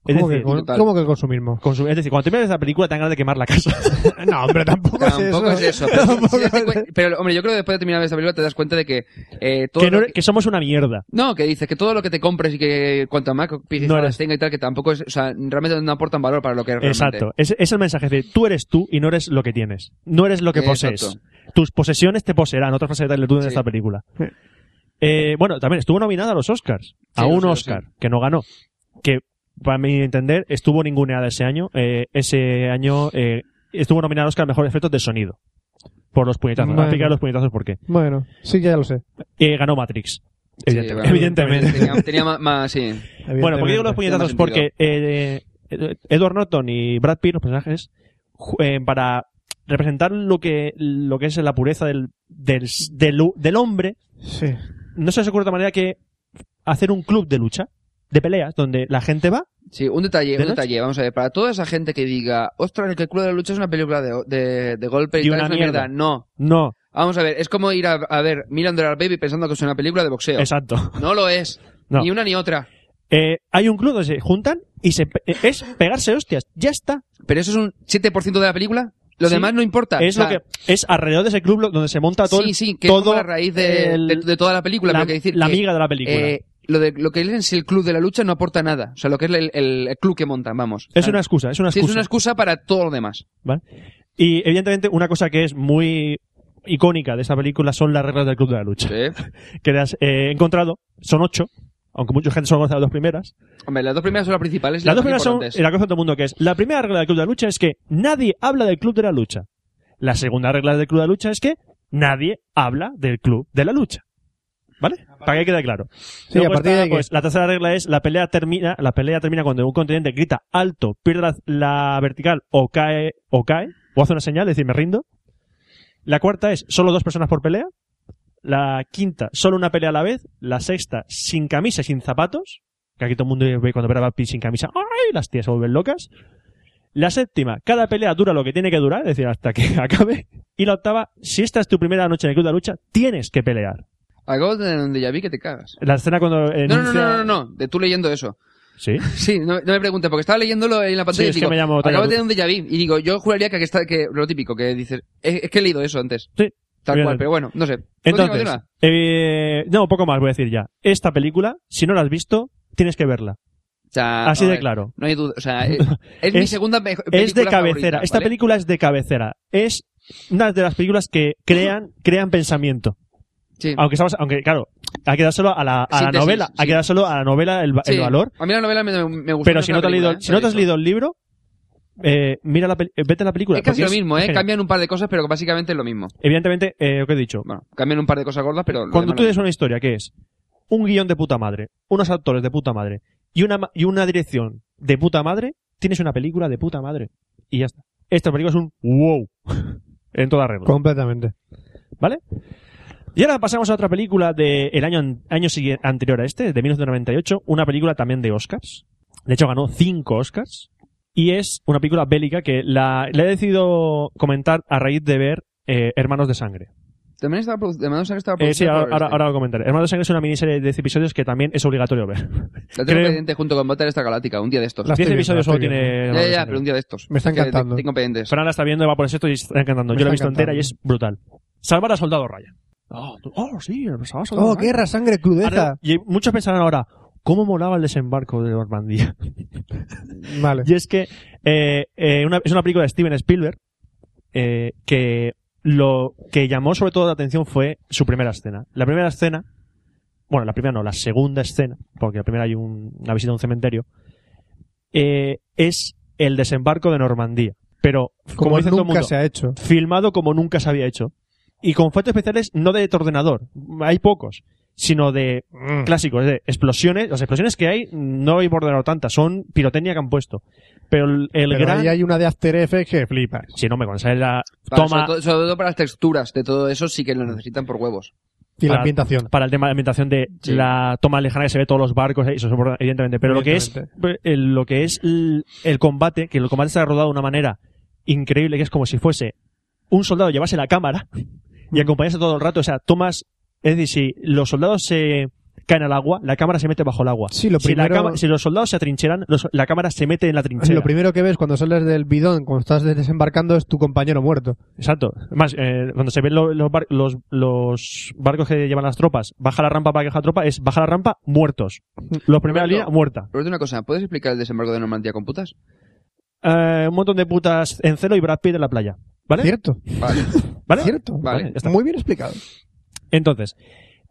Es
¿Cómo,
decir,
que, con- cómo que el consumismo?
consum- es decir, cuando terminas la película, te dan ganas de quemar la casa.
no, hombre, tampoco,
Pues
Tampoco es eso. Pero, sí date cuen- pero, hombre, yo creo que después de terminar de esta película te das cuenta de que... eh, todo
que, no
lo
eres- que somos una mierda.
No, que dices que todo lo que te compres y que cuanto más
No
pijadas
eres-
tenga y tal, que tampoco es, o sea, realmente no aportan valor para lo que es realmente.
Exacto. Es, es el mensaje de tú eres tú y no eres lo que tienes. No eres lo que
Exacto.
posees. Tus posesiones te poseerán. Otra frase de Tyler Durden en
Sí.
esta película. Eh, bueno, también estuvo nominada a los Oscars. a
Sí,
un
lo sé, lo
Oscar que no ganó. Que para mi entender, estuvo ninguneada ese año. Eh, ese año eh, estuvo nominada al Oscar a Mejores Efectos de Sonido. Por los puñetazos. Voy a
Bueno.
explicar los puñetazos por qué.
Bueno, sí, ya lo sé.
Eh, ganó Matrix. Evidente-
bueno,
evidentemente.
Tenía, tenía ma- más, sí.
Bueno, ¿por qué digo los
Tenía más
puñetazos?
sentido.
Porque eh, eh, Edward Norton y Brad Pitt, los personajes, ju- eh, para representar lo que, lo que es la pureza del, del, del, del hombre,
Sí.
no se les ocurre otra manera que hacer un club de lucha, de peleas, donde la gente va.
Sí, un detalle,
¿De
un
noche?
detalle. Vamos a ver, para toda esa gente que diga, ostras, que el culo de la lucha es una película de, de, de golpe y,
Y
tal,
una
es una
mierda.
mierda. No.
No,
Vamos a ver, es como ir a, a ver Million Dollar Baby pensando que es una película de boxeo.
exacto.
No lo es.
No.
Ni una ni otra.
Eh, hay un club donde se juntan y se pe- eh, es pegarse hostias. Ya está.
Pero eso es un 7% de la película. Lo
Sí.
demás no importa.
Es
O sea,
lo que es alrededor de ese club lo- donde se monta todo.
sí,
el-
sí, que es
todo
como la raíz de,
el-
de- de toda la película.
la-
pero que decir
la
que,
amiga de la película.
eh, lo, de, lo que es en sí el club de la lucha no aporta nada. O sea, lo que es el, el- el club que montan, vamos.
Es
O sea,
una excusa, es una
sí,
excusa.
es una excusa para todo lo demás.
¿vale? Y evidentemente una cosa que es muy icónica de esta película son las reglas del club de la lucha.
¿Eh?
Que las he encontrado, son ocho, aunque mucha gente solo conoce las dos primeras.
Hombre, las dos primeras son las principales. y
Las dos
más
primeras son
importantes.
la cosa de todo el mundo que es la primera regla del club de la lucha es que nadie habla del club de la lucha. La segunda regla del club de la lucha es que nadie habla del club de la lucha. ¿Vale? Para que quede claro.
Sí,
Luego
a partir
está,
de que-
pues, la tercera regla es la pelea termina, la pelea termina cuando un contendiente grita alto, pierde la, la vertical o cae, o cae, o hace una señal, es decir, me rindo. La cuarta es solo dos personas por pelea. La quinta, solo una pelea a la vez. La sexta, sin camisa, y sin zapatos. Que aquí todo el mundo ve cuando ve a Brad Pitt sin camisa. ¡Ay! Las tías se vuelven locas. La séptima, cada pelea dura lo que tiene que durar, es decir, hasta que acabe. Y la octava, si esta es tu primera noche en el club de la lucha, tienes que pelear.
Acabo de donde ya vi que te cagas.
La escena cuando
No, no, no,
enuncia...
no, no, no, de tú leyendo eso.
¿Sí?
Sí, no, no me preguntes, porque estaba leyéndolo en la pantalla
Sí,
y
es que
digo,
me llamo Taya
acabo de
Cruz".
donde ya vi. Y digo, yo juraría que, aquí está, que lo típico, que dices, es, es que he leído eso antes.
Sí.
Tal
Bien.
cual, pero bueno, no sé. Continúa,
Entonces,
continúa.
eh, no, poco más voy a decir ya. Esta película, si no la has visto, tienes que verla.
O sea,
así
no,
de
eh,
claro.
No hay duda, o sea, eh, es, mi segunda me- película
Es de cabecera.
favorita,
Esta
¿vale?
película es de cabecera. Es una de las películas que crean, crean pensamiento.
Sí.
Aunque, estamos- aunque, claro, hay que dárselo a la, a la
Síntesis,
novela. Hay que dárselo a la novela el, va- el
Sí,
valor.
A mí la novela me, me gustó.
Pero si no, te has
¿eh?
leído, si no te has leído el libro, eh, mira la peli- eh, vete a la película.
Es casi
porque
lo mismo, ¿eh?
genial.
Cambian un par de cosas, pero básicamente es lo mismo.
Evidentemente, eh, lo que he dicho.
Cambian un par de cosas gordas, pero... lo
Cuando tú
demás lo
tienes una historia que es un guión de puta madre, unos actores de puta madre y una, ma- y una dirección de puta madre, tienes una película de puta madre. Y ya está. Esta película es un wow. en toda regla.
Completamente.
¿Vale? Y ahora pasamos a otra película del año, an- año sigui- anterior a este, de 1998, una película también de Oscars. De hecho, ganó cinco Oscars. Y es una película bélica que la, la he decidido comentar a raíz de ver eh, Hermanos de Sangre.
También estaba produ- de Manos Sangre estaba
Eh, sí,
producida
ahora,
por
ahora,
este.
ahora lo comentaré. Hermanos de Sangre es una miniserie de 10 episodios que también es obligatorio ver.
La tengo
creo-
pendiente junto con Batalla Esta Galáctica, un día de estos.
Las 10 episodios solo tiene.
Ya,
Hermanos
ya,
de
ya,
Sangre.
pero un día de estos.
Me están
Que te-
encantando.
Tengo pendientes.
Fran la está viendo, va por esto y está encantando.
Me
Yo la he visto
está
entera y
encantando.
es brutal. Salvar a Soldado Ryan. Oh, tú- oh, sí, Salvar a Soldado
Oh,
Ryan.
guerra, sangre, crudeza.
Ahora- y muchos pensarán ahora, ¿cómo molaba el desembarco de Normandía?
Vale.
Y es que eh, eh, una- es una película de Steven Spielberg eh, que lo que llamó sobre todo la atención fue su primera escena. La primera escena, bueno, la primera no, la segunda escena, porque la primera hay un- una visita a un cementerio, eh, es el desembarco de Normandía. Pero, como,
Como
dice todo el
nunca
mundo,
se ha hecho.
filmado como nunca se había hecho. Y con efectos especiales no de ordenador, hay pocos, sino de
Mm.
clásicos, de explosiones. Las explosiones que hay no hay por ordenador tantas, son pirotecnia que han puesto. Pero el, el
Pero
gran...
ahí hay una de After Effects que flipas.
Si no me conoces la
Para-
toma...
sobre, todo, sobre todo para las texturas de todo eso sí que lo necesitan por huevos.
Y la
para-
ambientación.
Para el tema de ambientación de la toma lejana que se ve todos los barcos, eh, eso es importante, evidentemente. Pero lo que es, eh, lo que es el, el combate, que el combate está rodado de una manera increíble, que es como si fuese un soldado llevase la cámara
Mm.
y acompañase todo el rato. O sea, tomas, es decir, si los soldados se caen al agua, la cámara se mete bajo el agua.
Sí, lo
si, la
primero-
cama- si los soldados se atrincheran, los- la cámara se mete en la trinchera.
Lo primero que ves cuando sales del bidón, cuando estás desembarcando, es tu compañero muerto.
Exacto. Más, eh, cuando se ven lo- los, bar- los, los barcos que llevan las tropas, baja la rampa para que la tropa, es baja la rampa, muertos. La primera línea, muerta.
Pero una cosa, ¿puedes explicar el desembarco de Normandía con putas?
Eh, un montón de putas en celo y Brad Pitt en la playa. ¿Vale?
Cierto.
Vale.
¿Vale?
Cierto.
Vale, ya ¿Eh? está.
Muy bien explicado.
Entonces,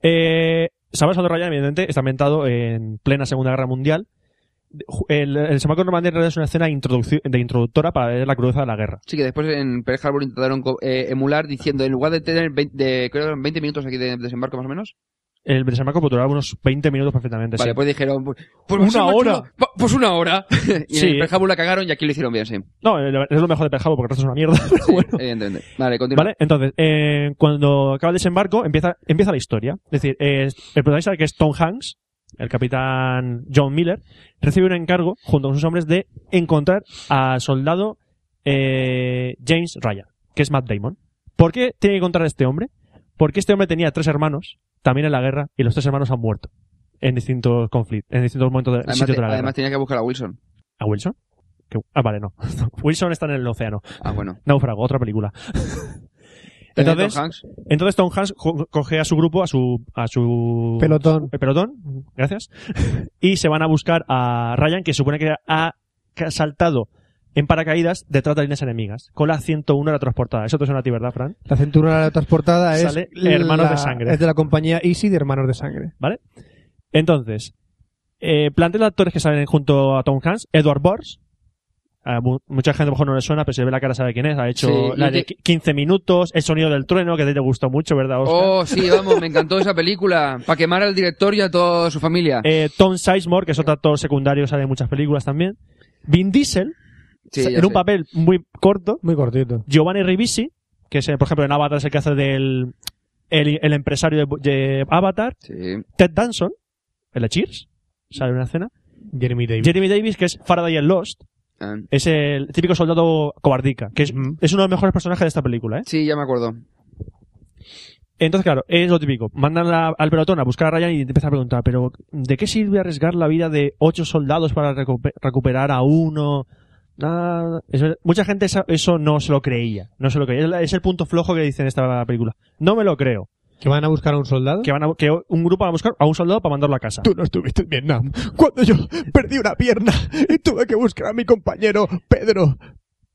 eh, Salvador Soldado Ryan, evidentemente, está ambientado en plena Segunda Guerra Mundial. el, el semáforo normal en realidad es una escena introducci- de introductora para ver la crudeza de la guerra.
Sí, que después en Pearl Harbor intentaron co- eh, emular diciendo, en lugar de tener 20, de- creo que eran 20 minutos aquí de desembarco más o menos,
El desembarco puede durar unos 20 minutos perfectamente.
vale,
sí.
pues dijeron, pues, pues va a
Una
ser más
hora.
chulo, va- pues una hora. y
Sí.
en Pearl Harbor la cagaron y aquí lo hicieron bien, sí.
No, eh, es lo mejor de Pearl Harbor porque el resto es una mierda. pero bueno.
Evidentemente. Vale, continúa.
¿Vale? Entonces, eh, cuando acaba el desembarco, empieza, empieza la historia. Es decir, eh, el protagonista, que es Tom Hanks, el capitán John Miller, recibe un encargo junto con sus hombres de encontrar al soldado eh, James Ryan, que es Matt Damon. ¿Por qué tiene que encontrar a este hombre? Porque este hombre tenía tres hermanos, también en la guerra, y los tres hermanos han muerto en distintos conflictos, en distintos momentos de,
Además,
sitios
te-
de la guerra.
además tenía que buscar a Wilson.
¿A Wilson? Que- Ah, vale, no. Wilson está en el océano.
Ah, bueno.
Náufrago, otra película. entonces,
Eh, Tom Hanks?
entonces Tom Hanks co- coge a su grupo, a su, a su
Pelotón.
eh, pelotón, gracias, y se van a buscar a Ryan, que supone que ha que ha saltado en paracaídas detrás de líneas enemigas, con la 101 de la transportada. Eso te suena a ti, ¿verdad, Fran?
La cintura transportada es.
Sale Hermanos de
la-
Sangre.
Es de la compañía Easy de Hermanos de Sangre.
¿Vale? Entonces, eh, plantea los actores que salen junto a Tom Hanks, Edward Bors. A mu- mucha gente a lo mejor no le suena, pero si ve la cara sabe quién es. Ha hecho
Sí,
la
y
de
que-
15 minutos, El sonido del trueno, que a ti te gustó mucho, ¿verdad, Oscar?
Oh, sí, vamos, me encantó esa película. Para quemar al director y a toda su familia.
Eh, Tom Sizemore, que es otro actor secundario, sale en muchas películas también. Vin Diesel,
Sí,
sa-
ya
en un
sé.
papel muy corto.
Muy cortito.
Giovanni Ribisi, que es, eh, por ejemplo, en Avatar es el que hace del el, el empresario de, de Avatar. Ted Danson, el de Cheers, sale en una escena.
Jeremy Davis.
Jeremy Davis, que es Faraday en Lost,
Ah.
es el típico soldado cobardica, que es, es uno de los mejores personajes de esta película, ¿eh?
Sí, ya me acuerdo.
Entonces, claro, es lo típico. Mandan la- al pelotón a buscar a Ryan y te empieza a preguntar, pero ¿de qué sirve arriesgar la vida de ocho soldados para recupe- recuperar a uno? Nada. Eso- mucha gente esa- eso, no se lo creía. No se lo creía. Es, la- es el punto flojo que dice en esta película. No me lo creo.
¿Que van a buscar a un soldado?
Que, van a- que un grupo va a buscar a un soldado para mandarlo a casa.
Tú no estuviste en Vietnam. Cuando yo perdí una pierna y tuve que buscar a mi compañero Pedro.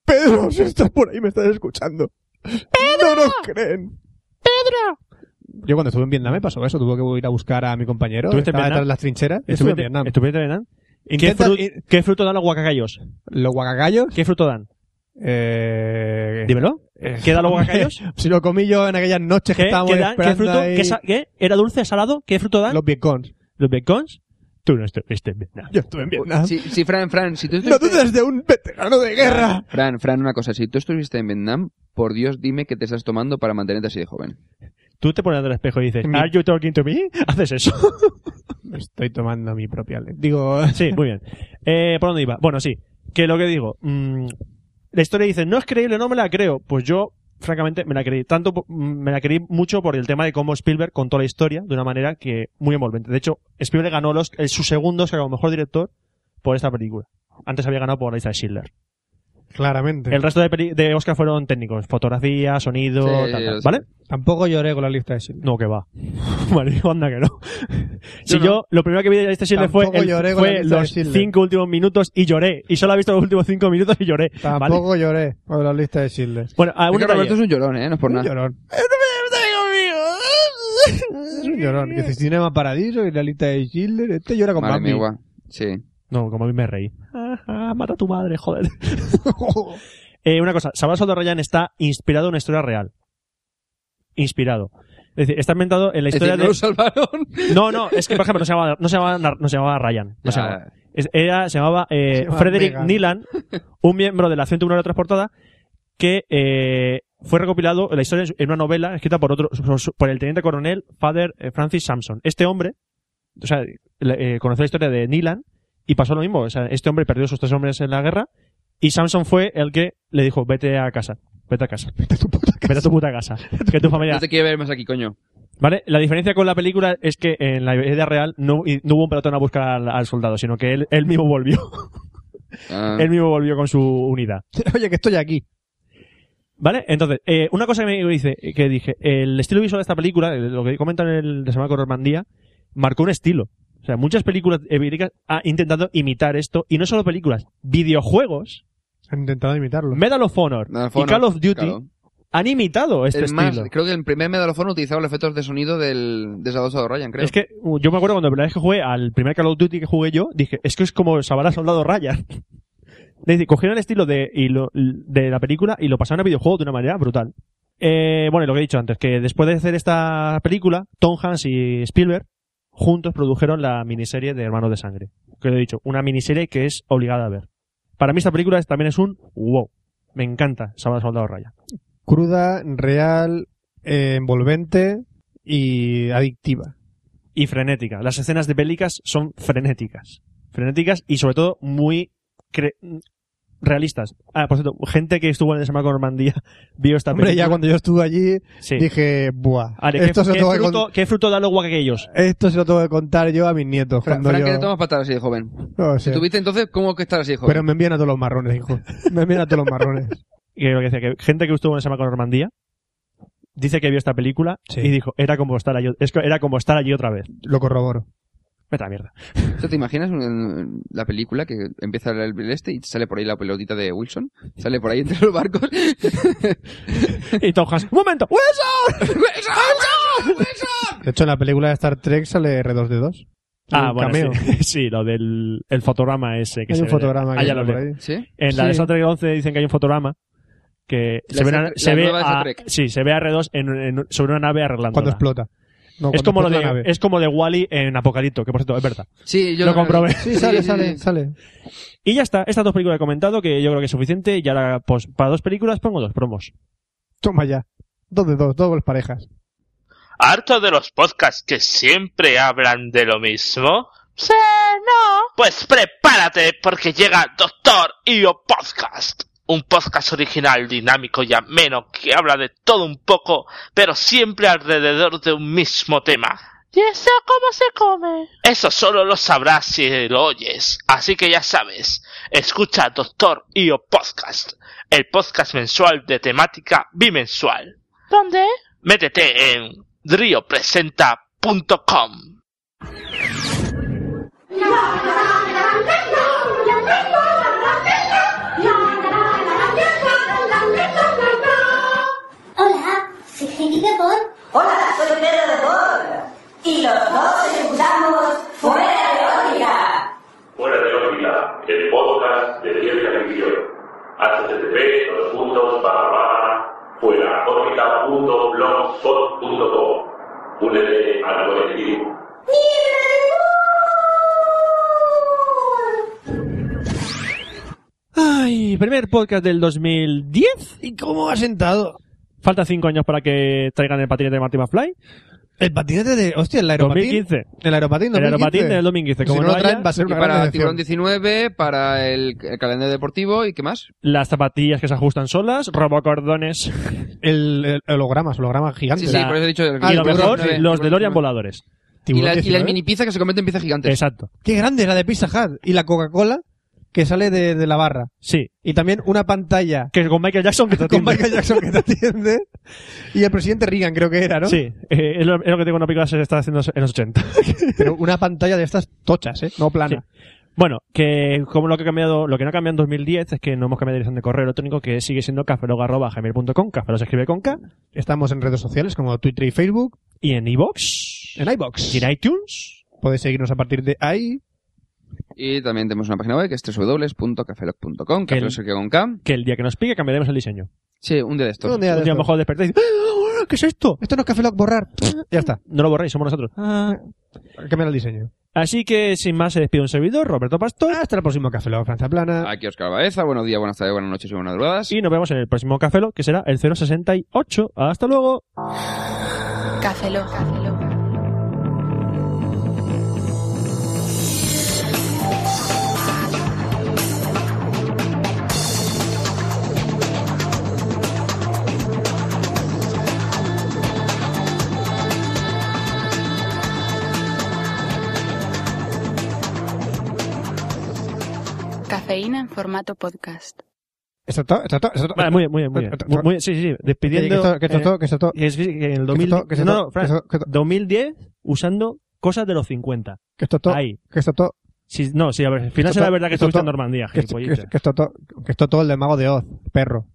Pedro, si estás por ahí, me estás escuchando. ¡Pedro! No nos creen.
¡Pedro!
Yo cuando estuve en Vietnam me pasó eso, tuve que ir a buscar a mi compañero.
¿Estuviste en
estaba
Vietnam?
detrás de las trincheras. Estuve en
¿Estuviste-
Vietnam.
estuviste en Vietnam? ¿Qué,
Intenta-
fru- qué fruto dan los guacacayos?
¿Los guacacayos?
¿Qué fruto dan?
Eh...
Dímelo. ¿Qué dan los guacacayos?
si lo comí yo en aquellas noches que
¿Qué,
estábamos
qué dan? ¿Qué
esperando
fruto?
ahí.
¿Qué, sa- qué? ¿Era dulce, salado? ¿Qué fruto dan?
Los Vietcons.
¿Los Vietcons? Tú no estuviste en Vietnam.
Yo estuve en Vietnam.
Sí, sí, Fran, Fran, si tú
No
estuviste...
dudes de un veterano de guerra.
Fran, Fran, una cosa. Si tú estuviste en Vietnam, por Dios, dime qué te estás tomando para mantenerte así de joven.
Tú te pones ante el espejo y dices,
Mi-
¿Are you talking to me? Haces eso.
Estoy tomando mi propia leche. Digo...
sí, muy bien. Eh, ¿Por dónde iba? Bueno, sí. Que lo que digo. mm, la historia dice, no es creíble, no me la creo. Pues yo, francamente, me la creí. Tanto, po- mm, me la creí mucho por el tema de cómo Spielberg contó la historia de una manera que muy envolvente. De hecho, Spielberg ganó los, eh, su segundo Oscar como mejor director por esta película. Antes había ganado por la lista de Schindler.
Claramente.
El resto de, peli- de Oscar fueron técnicos. Fotografía, sonido,
Sí,
tal,
yo
tal,
sé.
¿Vale?
Tampoco lloré con la lista de Schindler.
No, que va. Vale, anda que no. Si
no.
yo, lo primero que vi de este Schindler fue,
Tampoco
el-
lloré con la
fue
lista de
los
Schindler.
cinco últimos minutos y lloré. Y solo he visto los últimos cinco minutos y lloré. ¿vale?
Tampoco lloré con la lista de Schindler.
Bueno, ah, a
Es que Roberto es un llorón, ¿eh? No es por
Un
nada.
llorón. Es un llorón. Que si Cinema Paradiso y la lista de Schindler. Este llora con
Madre
Bambi.
mía, guau. Sí.
No, como a mí me reí. Ajá, mata a tu madre, joder. Eh, una cosa, Sabra Soldado Ryan está inspirado en una historia real. Inspirado. Es decir, está inventado en la
Es
historia
decir, no lo
de...
salvaron.
No, no, es que, por ejemplo, no se llamaba, no se llamaba, Nar- no se llamaba Ryan. No se
Ya.
llamaba. Es- Era, se llamaba, eh,
Se llamaba
Frederick
Megan.
Neelan, un miembro de la 101 de la transportada, que eh, fue recopilado la historia en una novela escrita por otro por su- por el teniente coronel Father eh, Francis Sampson. Este hombre, o sea, le- eh, conoció la historia de Neelan y pasó lo mismo. O sea, este hombre perdió a sus tres hombres en la guerra y Samson fue el que le dijo, vete a casa, vete a casa, vete a tu puta casa, que tu familia
No te quiero ver más aquí, coño.
¿Vale? La diferencia con la película es que en la vida real no, y no hubo un pelotón a buscar al, al soldado, sino que él, él mismo volvió.
Ah,
él mismo volvió con su unidad.
Oye, que estoy aquí.
¿Vale? Entonces, eh, una cosa que me dice, que dije, el estilo visual de esta película, eh, lo que comentan en el desembarco de Normandía, marcó un estilo. O sea, muchas películas evíricas han intentado imitar esto, y no solo películas, videojuegos,
Han intentado imitarlo.
Medal of Honor
Medal of
y
Honor,
Call of Duty
claro.
han imitado este
el más-
estilo.
creo que el primer Medalofón utilizaba los efectos de sonido del desadoso Ryan, creo.
Es que uh, yo me acuerdo cuando la primera vez que jugué al primer Call of Duty que jugué yo, dije, es que es como Sabara Soldado Ryan. Es decir, cogieron el estilo de, y lo- de la película y lo pasaron a videojuego de una manera brutal. Eh, bueno, y lo que he dicho antes, que después de hacer esta película, Tom Hanks y Spielberg juntos produjeron la miniserie de Hermanos de Sangre. Que lo he dicho, una miniserie que es obligada a ver. Para mí esta película es- también es un wow. Me encanta Sabara Soldado Ryan.
Cruda, real, eh, envolvente y adictiva.
y frenética. Las escenas de bélicas son frenéticas. Frenéticas y sobre todo muy cre- realistas. Ah, por cierto, gente que estuvo en el Semacor Normandía vio esta película.
Hombre, ya cuando yo estuve allí
Sí.
dije, buah,
Ale, ¿qué,
esto, se lo
qué
tengo que
fruto,
con-
qué fruto da lo guac aquellos?
esto se lo tengo que contar yo a mis nietos. cuando
Frank,
yo-
¿qué te tomas para estar así de joven?
No
Si
sé.
tuviste entonces, ¿cómo que estar así de joven?
Pero me envían a todos los marrones, hijo. Me envían a todos los marrones.
Que lo que decía, que gente que estuvo en el Semacor Normandía dice que vio esta película y dijo, era como estar allí, es que era como estar allí otra vez.
Lo corroboro.
Vete a la mierda.
¿Tú te imaginas un- la película que empieza el, el este y sale por ahí la pelotita de Wilson? Sale por ahí entre los barcos.
y Tom Hanks, ¡un momento!
¡Wilson! ¡Wilson! ¡Wilson!
De hecho, en la película de Star Trek sale R2D2.
Ah,
Un
bueno,
cameo.
sí, Sí, lo del el fotograma ese que
Hay
se
un
ve.
fotograma que
Ah, ya
sale
lo
por
leo.
ahí. ¿Sí?
En la de
Sí.
Star Trek 11 dicen que hay un fotograma que
La
se ve,
Star-
una-
la
se ve
nueva de Star
a-
Trek.
sí, se ve a R2 en, en- sobre una nave arreglando.
Cuando explota. No,
es,
cuando
como lo
explota la
de,
nave.
es como de Wally en Apocalipto, que por cierto es verdad.
Sí, yo
lo
lo-
comprobé.
Sí, sale, sale, sale.
Y ya está, estas dos películas que he comentado, que yo creo que es suficiente, y ahora pues, para dos películas pongo dos promos.
Toma ya. Dos de dos, dobles parejas.
¿Harto de los podcasts que siempre hablan de lo mismo? Sí, no. Pues prepárate porque llega Doctor IO Podcast. Un podcast original, dinámico y ameno que habla de todo un poco, pero siempre alrededor de un mismo tema.
¿Y eso cómo se come?
Eso solo lo sabrás si lo oyes. Así que ya sabes, escucha Doctor IO Podcast, el podcast mensual de temática bimensual.
¿Dónde?
Métete en driopresenta.com.
Hola, soy Jenny de Bor. Hola, soy Pedro de Bor. Y los dos escuchamos Fuera de Órbita.
Fuera de órbita, el podcast de ciencia ficción. http dos puntos barra barra fuera órbita punto blogspot punto com. Únete al colectivo.
Ay, primer podcast del 2010. ¿Y cómo ha sentado? Falta cinco años para que traigan el patinete de Marty McFly.
El patinete de. Hostia, el aeropatín.
2015.
El aeropatín 2015.
El aeropatín del 2015,
Si
como
no
no
lo traen,
haya-
va a ser
Y
una gran
para
decepción.
Tiburón 19, para el, el calendario deportivo y qué más.
Las zapatillas que se ajustan solas, robocordones.
El, el holograma, holograma gigante.
Sí, sí, por eso he dicho el-
Ah, y lo
el
mejor,
tiburón,
los
el
DeLorean voladores.
Y la, y la mini pizza que se convierte en pizza gigante.
Exacto.
Qué grande la de Pizza Hut. Y la Coca-Cola que sale de, de la barra.
Sí.
Y también una pantalla.
Que con Michael Jackson que te
Con
atiende.
Michael Jackson que te atiende. Y el presidente Reagan creo que era, ¿no?
Sí, eh, es, lo, es lo que tengo una película que se está haciendo en los 80.
Pero una pantalla de estas tochas, ¿eh? No plana.
Bueno, que como lo que ha cambiado, lo que no ha cambiado en 2010 es que no hemos cambiado de dirección de correo electrónico que sigue siendo cafelog@gmail.com, cafelog se escribe con K
Estamos en redes sociales como Twitter y Facebook.
y en iBox,
en iBox
y en iTunes.
Podéis seguirnos a partir de ahí.
Y también tenemos una página web que es www.cafeloc.com,
Que el-
que se escribe con K.
Que el día que nos pique cambiaremos el diseño.
Sí, un día de estos.
Un día, a lo mejor despertáis. ¡Ah! ¿Qué es esto?
Esto no es Café Lock borrar.
Mm.
ya está.
No lo borréis, somos nosotros.
Ah, cambiar el diseño.
Así que sin más se despide un servidor, Roberto Pastor.
Hasta el próximo Café Lock, Francia Plana.
Aquí Oscar Baeza, buenos días, buenas tardes, buenas noches y buenas madrugadas.
Y nos vemos en el próximo Cafelo, que será el 068. Hasta luego.
Café Lock. Cafeína en formato podcast.
Esto todo, esto todo, esto todo.
Vale, muy bien, muy bien, muy bien. Muy- muy bien, sí, sí, sí. Despidiendo.
Que esto- que esto
eh,
todo, que esto todo.
que es- que en el
esto
2000
todo, que esto
no,
todo,
no, Fran,
que esto- que esto-
2010 usando cosas de los 50.
Que esto todo.
Ahí.
Que esto todo.
Sí, no, sí, a ver, al final será verdad que estuviste en Normandía,
Que esto, que,
gilipollicha.
que esto todo, que esto todo el de Mago de Oz, perro.